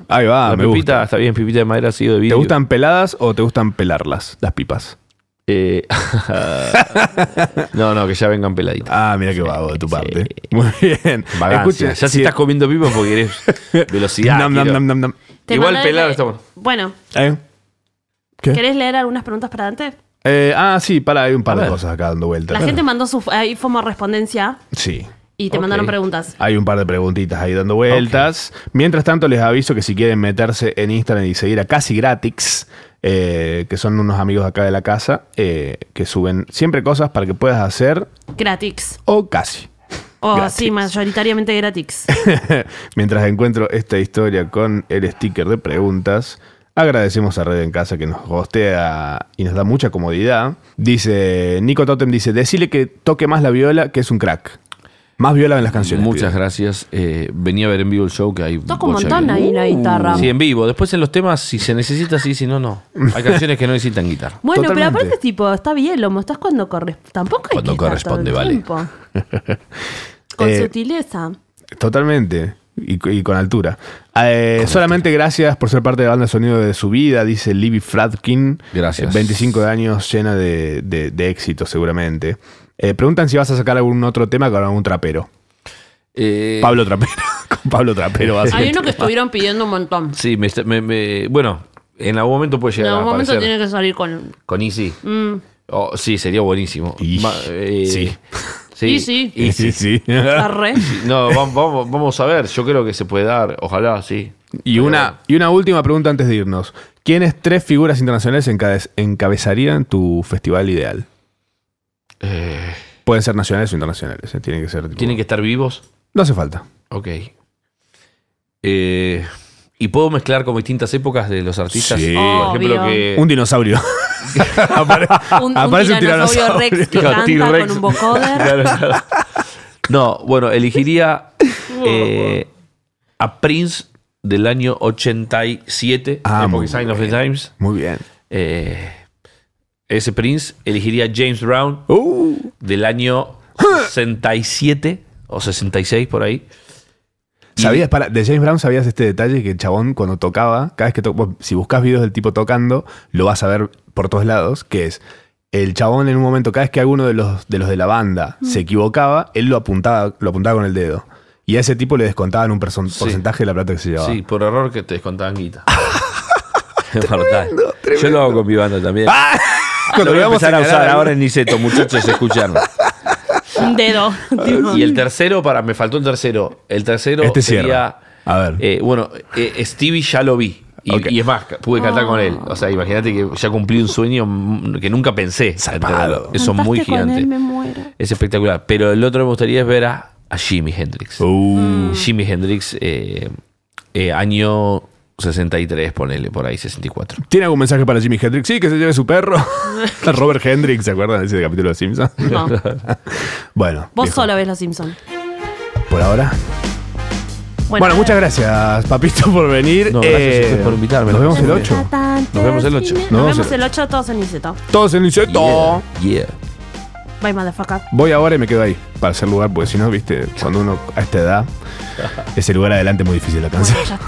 [SPEAKER 3] Ahí va,
[SPEAKER 4] la
[SPEAKER 3] Ah, me
[SPEAKER 4] pipita
[SPEAKER 3] gusta.
[SPEAKER 4] está bien, pipita de madera, sido de
[SPEAKER 3] ¿Te
[SPEAKER 4] vidrio.
[SPEAKER 3] gustan peladas o te gustan pelarlas, las pipas?
[SPEAKER 4] Eh, no, no, que ya vengan peladitas.
[SPEAKER 3] Ah, mira qué vago de tu parte. Muy bien.
[SPEAKER 4] Vagancia.
[SPEAKER 3] Escuchen,
[SPEAKER 4] Ya si
[SPEAKER 3] sí.
[SPEAKER 4] estás comiendo pipa porque querés velocidad.
[SPEAKER 3] Nam, nam,
[SPEAKER 4] quiero-
[SPEAKER 3] nam, nam, nam.
[SPEAKER 2] Te
[SPEAKER 4] Igual
[SPEAKER 2] mandé-
[SPEAKER 4] pelado está bueno.
[SPEAKER 2] Bueno,
[SPEAKER 3] ¿Eh? ¿Qué?
[SPEAKER 2] ¿querés leer algunas preguntas para Dante?
[SPEAKER 3] Eh, ah, sí, para, hay un par de
[SPEAKER 4] A ver.
[SPEAKER 3] cosas acá dando vueltas.
[SPEAKER 2] La gente mandó su ahí fue como respondencia
[SPEAKER 3] Sí.
[SPEAKER 2] y te
[SPEAKER 4] Ok.
[SPEAKER 2] mandaron preguntas.
[SPEAKER 3] Hay un par de preguntitas ahí dando vueltas. Mientras tanto, les aviso que si quieren meterse en Instagram y seguir a Casi Gratix, eh, que son unos amigos acá de la casa, eh, que suben siempre cosas para que puedas hacer
[SPEAKER 2] Gratis.
[SPEAKER 3] o casi.
[SPEAKER 2] O
[SPEAKER 3] Gratis.
[SPEAKER 2] Oh, sí, mayoritariamente gratis.
[SPEAKER 3] Mientras encuentro esta historia con el sticker de preguntas, agradecemos a Red en Casa que nos hostea y nos da mucha comodidad. Dice, Nico Totem dice, decile que toque más la viola, que es un crack. Más viola en las canciones.
[SPEAKER 4] Muchas
[SPEAKER 3] pibe.
[SPEAKER 4] gracias. Eh, venía a ver en vivo el show que hay.
[SPEAKER 2] Toca un
[SPEAKER 4] bocha
[SPEAKER 2] montón
[SPEAKER 4] de-
[SPEAKER 2] ahí
[SPEAKER 3] Uh.
[SPEAKER 2] la guitarra.
[SPEAKER 4] Sí, en vivo. Después en los temas, si se necesita, sí, si no, no. Hay canciones que no necesitan guitarra.
[SPEAKER 2] Bueno, pero
[SPEAKER 3] Totalmente.
[SPEAKER 2] aparte, tipo, está bien, lo mostrás cuando corresponde. Tampoco hay
[SPEAKER 4] Cuando
[SPEAKER 2] que estar
[SPEAKER 4] corresponde,
[SPEAKER 2] todo el
[SPEAKER 4] vale.
[SPEAKER 2] tiempo. Con
[SPEAKER 3] Eh,
[SPEAKER 2] sutileza.
[SPEAKER 3] Totalmente. Y, cu- y con altura. Eh, solamente gracias por ser parte de la banda de sonido de su vida, dice Libby Fradkin. Eh,
[SPEAKER 4] Gracias.
[SPEAKER 3] 25 de años llena de, de- de éxito, seguramente. Eh, preguntan si vas a sacar algún otro tema con algún trapero.
[SPEAKER 4] Eh,
[SPEAKER 3] Pablo Trapero. con Pablo Trapero vas a
[SPEAKER 2] Hay uno que estuvieron pidiendo un montón.
[SPEAKER 4] Sí, me está- me- me- bueno, en algún momento puede
[SPEAKER 2] En
[SPEAKER 4] llegar
[SPEAKER 2] algún
[SPEAKER 4] a
[SPEAKER 2] momento
[SPEAKER 4] aparecer
[SPEAKER 2] tiene que salir con.
[SPEAKER 4] con Easy.
[SPEAKER 2] Mm.
[SPEAKER 4] Oh, sí, sería buenísimo.
[SPEAKER 3] Y-
[SPEAKER 4] Ma- eh,
[SPEAKER 3] sí.
[SPEAKER 4] Sí.
[SPEAKER 2] Y sí.
[SPEAKER 4] y sí.
[SPEAKER 3] sí, sí.
[SPEAKER 2] Arre.
[SPEAKER 4] No, vam- vamos, vamos a ver. Yo creo que se puede dar. Ojalá, sí.
[SPEAKER 3] Y una, y una última pregunta antes de irnos. ¿Quiénes tres figuras internacionales encabe- encabezarían tu festival ideal?
[SPEAKER 4] Eh,
[SPEAKER 3] Pueden ser nacionales o internacionales. eh, Tienen que ser. tipo-
[SPEAKER 4] ¿Tienen que estar vivos?
[SPEAKER 3] No hace falta.
[SPEAKER 4] Ok. Eh, ¿Y puedo mezclar como distintas épocas de los artistas?
[SPEAKER 3] Sí.
[SPEAKER 4] Por ejemplo,
[SPEAKER 2] Obvio.
[SPEAKER 4] que.
[SPEAKER 3] Un dinosaurio. Apare-
[SPEAKER 2] Un,
[SPEAKER 3] Aparece
[SPEAKER 2] un tiranosaurio
[SPEAKER 3] un tiranosaurio.
[SPEAKER 2] Rex que
[SPEAKER 4] Claro,
[SPEAKER 2] canta
[SPEAKER 4] T-Rex.
[SPEAKER 2] con un vocoder.
[SPEAKER 4] Claro, claro. No, bueno, elegiría eh, a Prince del año 87,
[SPEAKER 3] Ah,
[SPEAKER 4] Epoch
[SPEAKER 3] muy
[SPEAKER 4] Sign of the Times.
[SPEAKER 3] Muy bien.
[SPEAKER 4] Eh, ese Prince. Elegiría a James Brown
[SPEAKER 3] Uh,
[SPEAKER 4] del año 67 o 66 por ahí.
[SPEAKER 3] ¿Sabías, para, de James Brown sabías este detalle que el chabón cuando tocaba, cada vez que to- vos, si buscas videos del tipo tocando, lo vas a ver por todos lados, que es el chabón en un momento, cada vez que alguno de los de, los de la banda
[SPEAKER 2] Mm.
[SPEAKER 3] se equivocaba, él lo apuntaba, lo apuntaba con el dedo. Y a ese tipo le descontaban un person- porcentaje de la plata que se llevaba.
[SPEAKER 4] Sí, por error que te descontaban guita. Mortal. Yo lo hago con mi banda también.
[SPEAKER 3] Ah, Cuando
[SPEAKER 4] Ah, lo voy a
[SPEAKER 3] íbamos
[SPEAKER 4] empezar a
[SPEAKER 3] ganar
[SPEAKER 4] usar
[SPEAKER 3] algo-
[SPEAKER 4] ahora en Niceto, muchachos, escucharme.
[SPEAKER 2] Un dedo. tipo.
[SPEAKER 4] Y el tercero, para, me faltó el tercero. El tercero
[SPEAKER 3] Este
[SPEAKER 4] sería.
[SPEAKER 3] cierra. A ver.
[SPEAKER 4] eh, bueno, eh, Stevie ya lo vi. Y,
[SPEAKER 3] Ok. Ah.
[SPEAKER 4] y es más, pude cantar con él. O sea, imagínate que ya cumplí un sueño mm, que nunca pensé.
[SPEAKER 3] Zarpado.
[SPEAKER 4] Eso es muy
[SPEAKER 2] Cantaste con él, me
[SPEAKER 4] gigante.
[SPEAKER 2] muero.
[SPEAKER 4] Es espectacular. Pero el otro que me gustaría es ver a, a Jimi Hendrix.
[SPEAKER 2] Mm.
[SPEAKER 3] Uh,
[SPEAKER 4] Jimi Hendrix, eh, eh, año 63, ponele, por ahí, 64.
[SPEAKER 3] ¿Tiene algún mensaje para Jimi Hendrix? Sí, que se lleve su perro. Robert Hendrix, ¿se acuerdan de ese capítulo de Simpson?
[SPEAKER 2] No,
[SPEAKER 3] bueno.
[SPEAKER 2] vos
[SPEAKER 3] viejo,
[SPEAKER 2] solo ves los Simpsons.
[SPEAKER 3] Por ahora. Bueno, muchas gracias, papito, por venir. Eh,
[SPEAKER 4] No, gracias a ustedes por invitarme.
[SPEAKER 3] Nos
[SPEAKER 4] La
[SPEAKER 3] vemos
[SPEAKER 4] pasé
[SPEAKER 3] el
[SPEAKER 4] muy
[SPEAKER 3] 8.
[SPEAKER 4] Nos vemos el ocho.
[SPEAKER 2] Nos,
[SPEAKER 3] Nos
[SPEAKER 2] vemos
[SPEAKER 3] vemos el-
[SPEAKER 2] el 8 todos en Niceto.
[SPEAKER 3] Todos en el seto.
[SPEAKER 4] Yeah.
[SPEAKER 2] Bye, motherfucker.
[SPEAKER 3] Voy ahora y me quedo ahí para hacer lugar, porque si no, viste, cuando uno a esta edad, ese lugar adelante es muy difícil de alcanzar.
[SPEAKER 2] Bueno, ya está.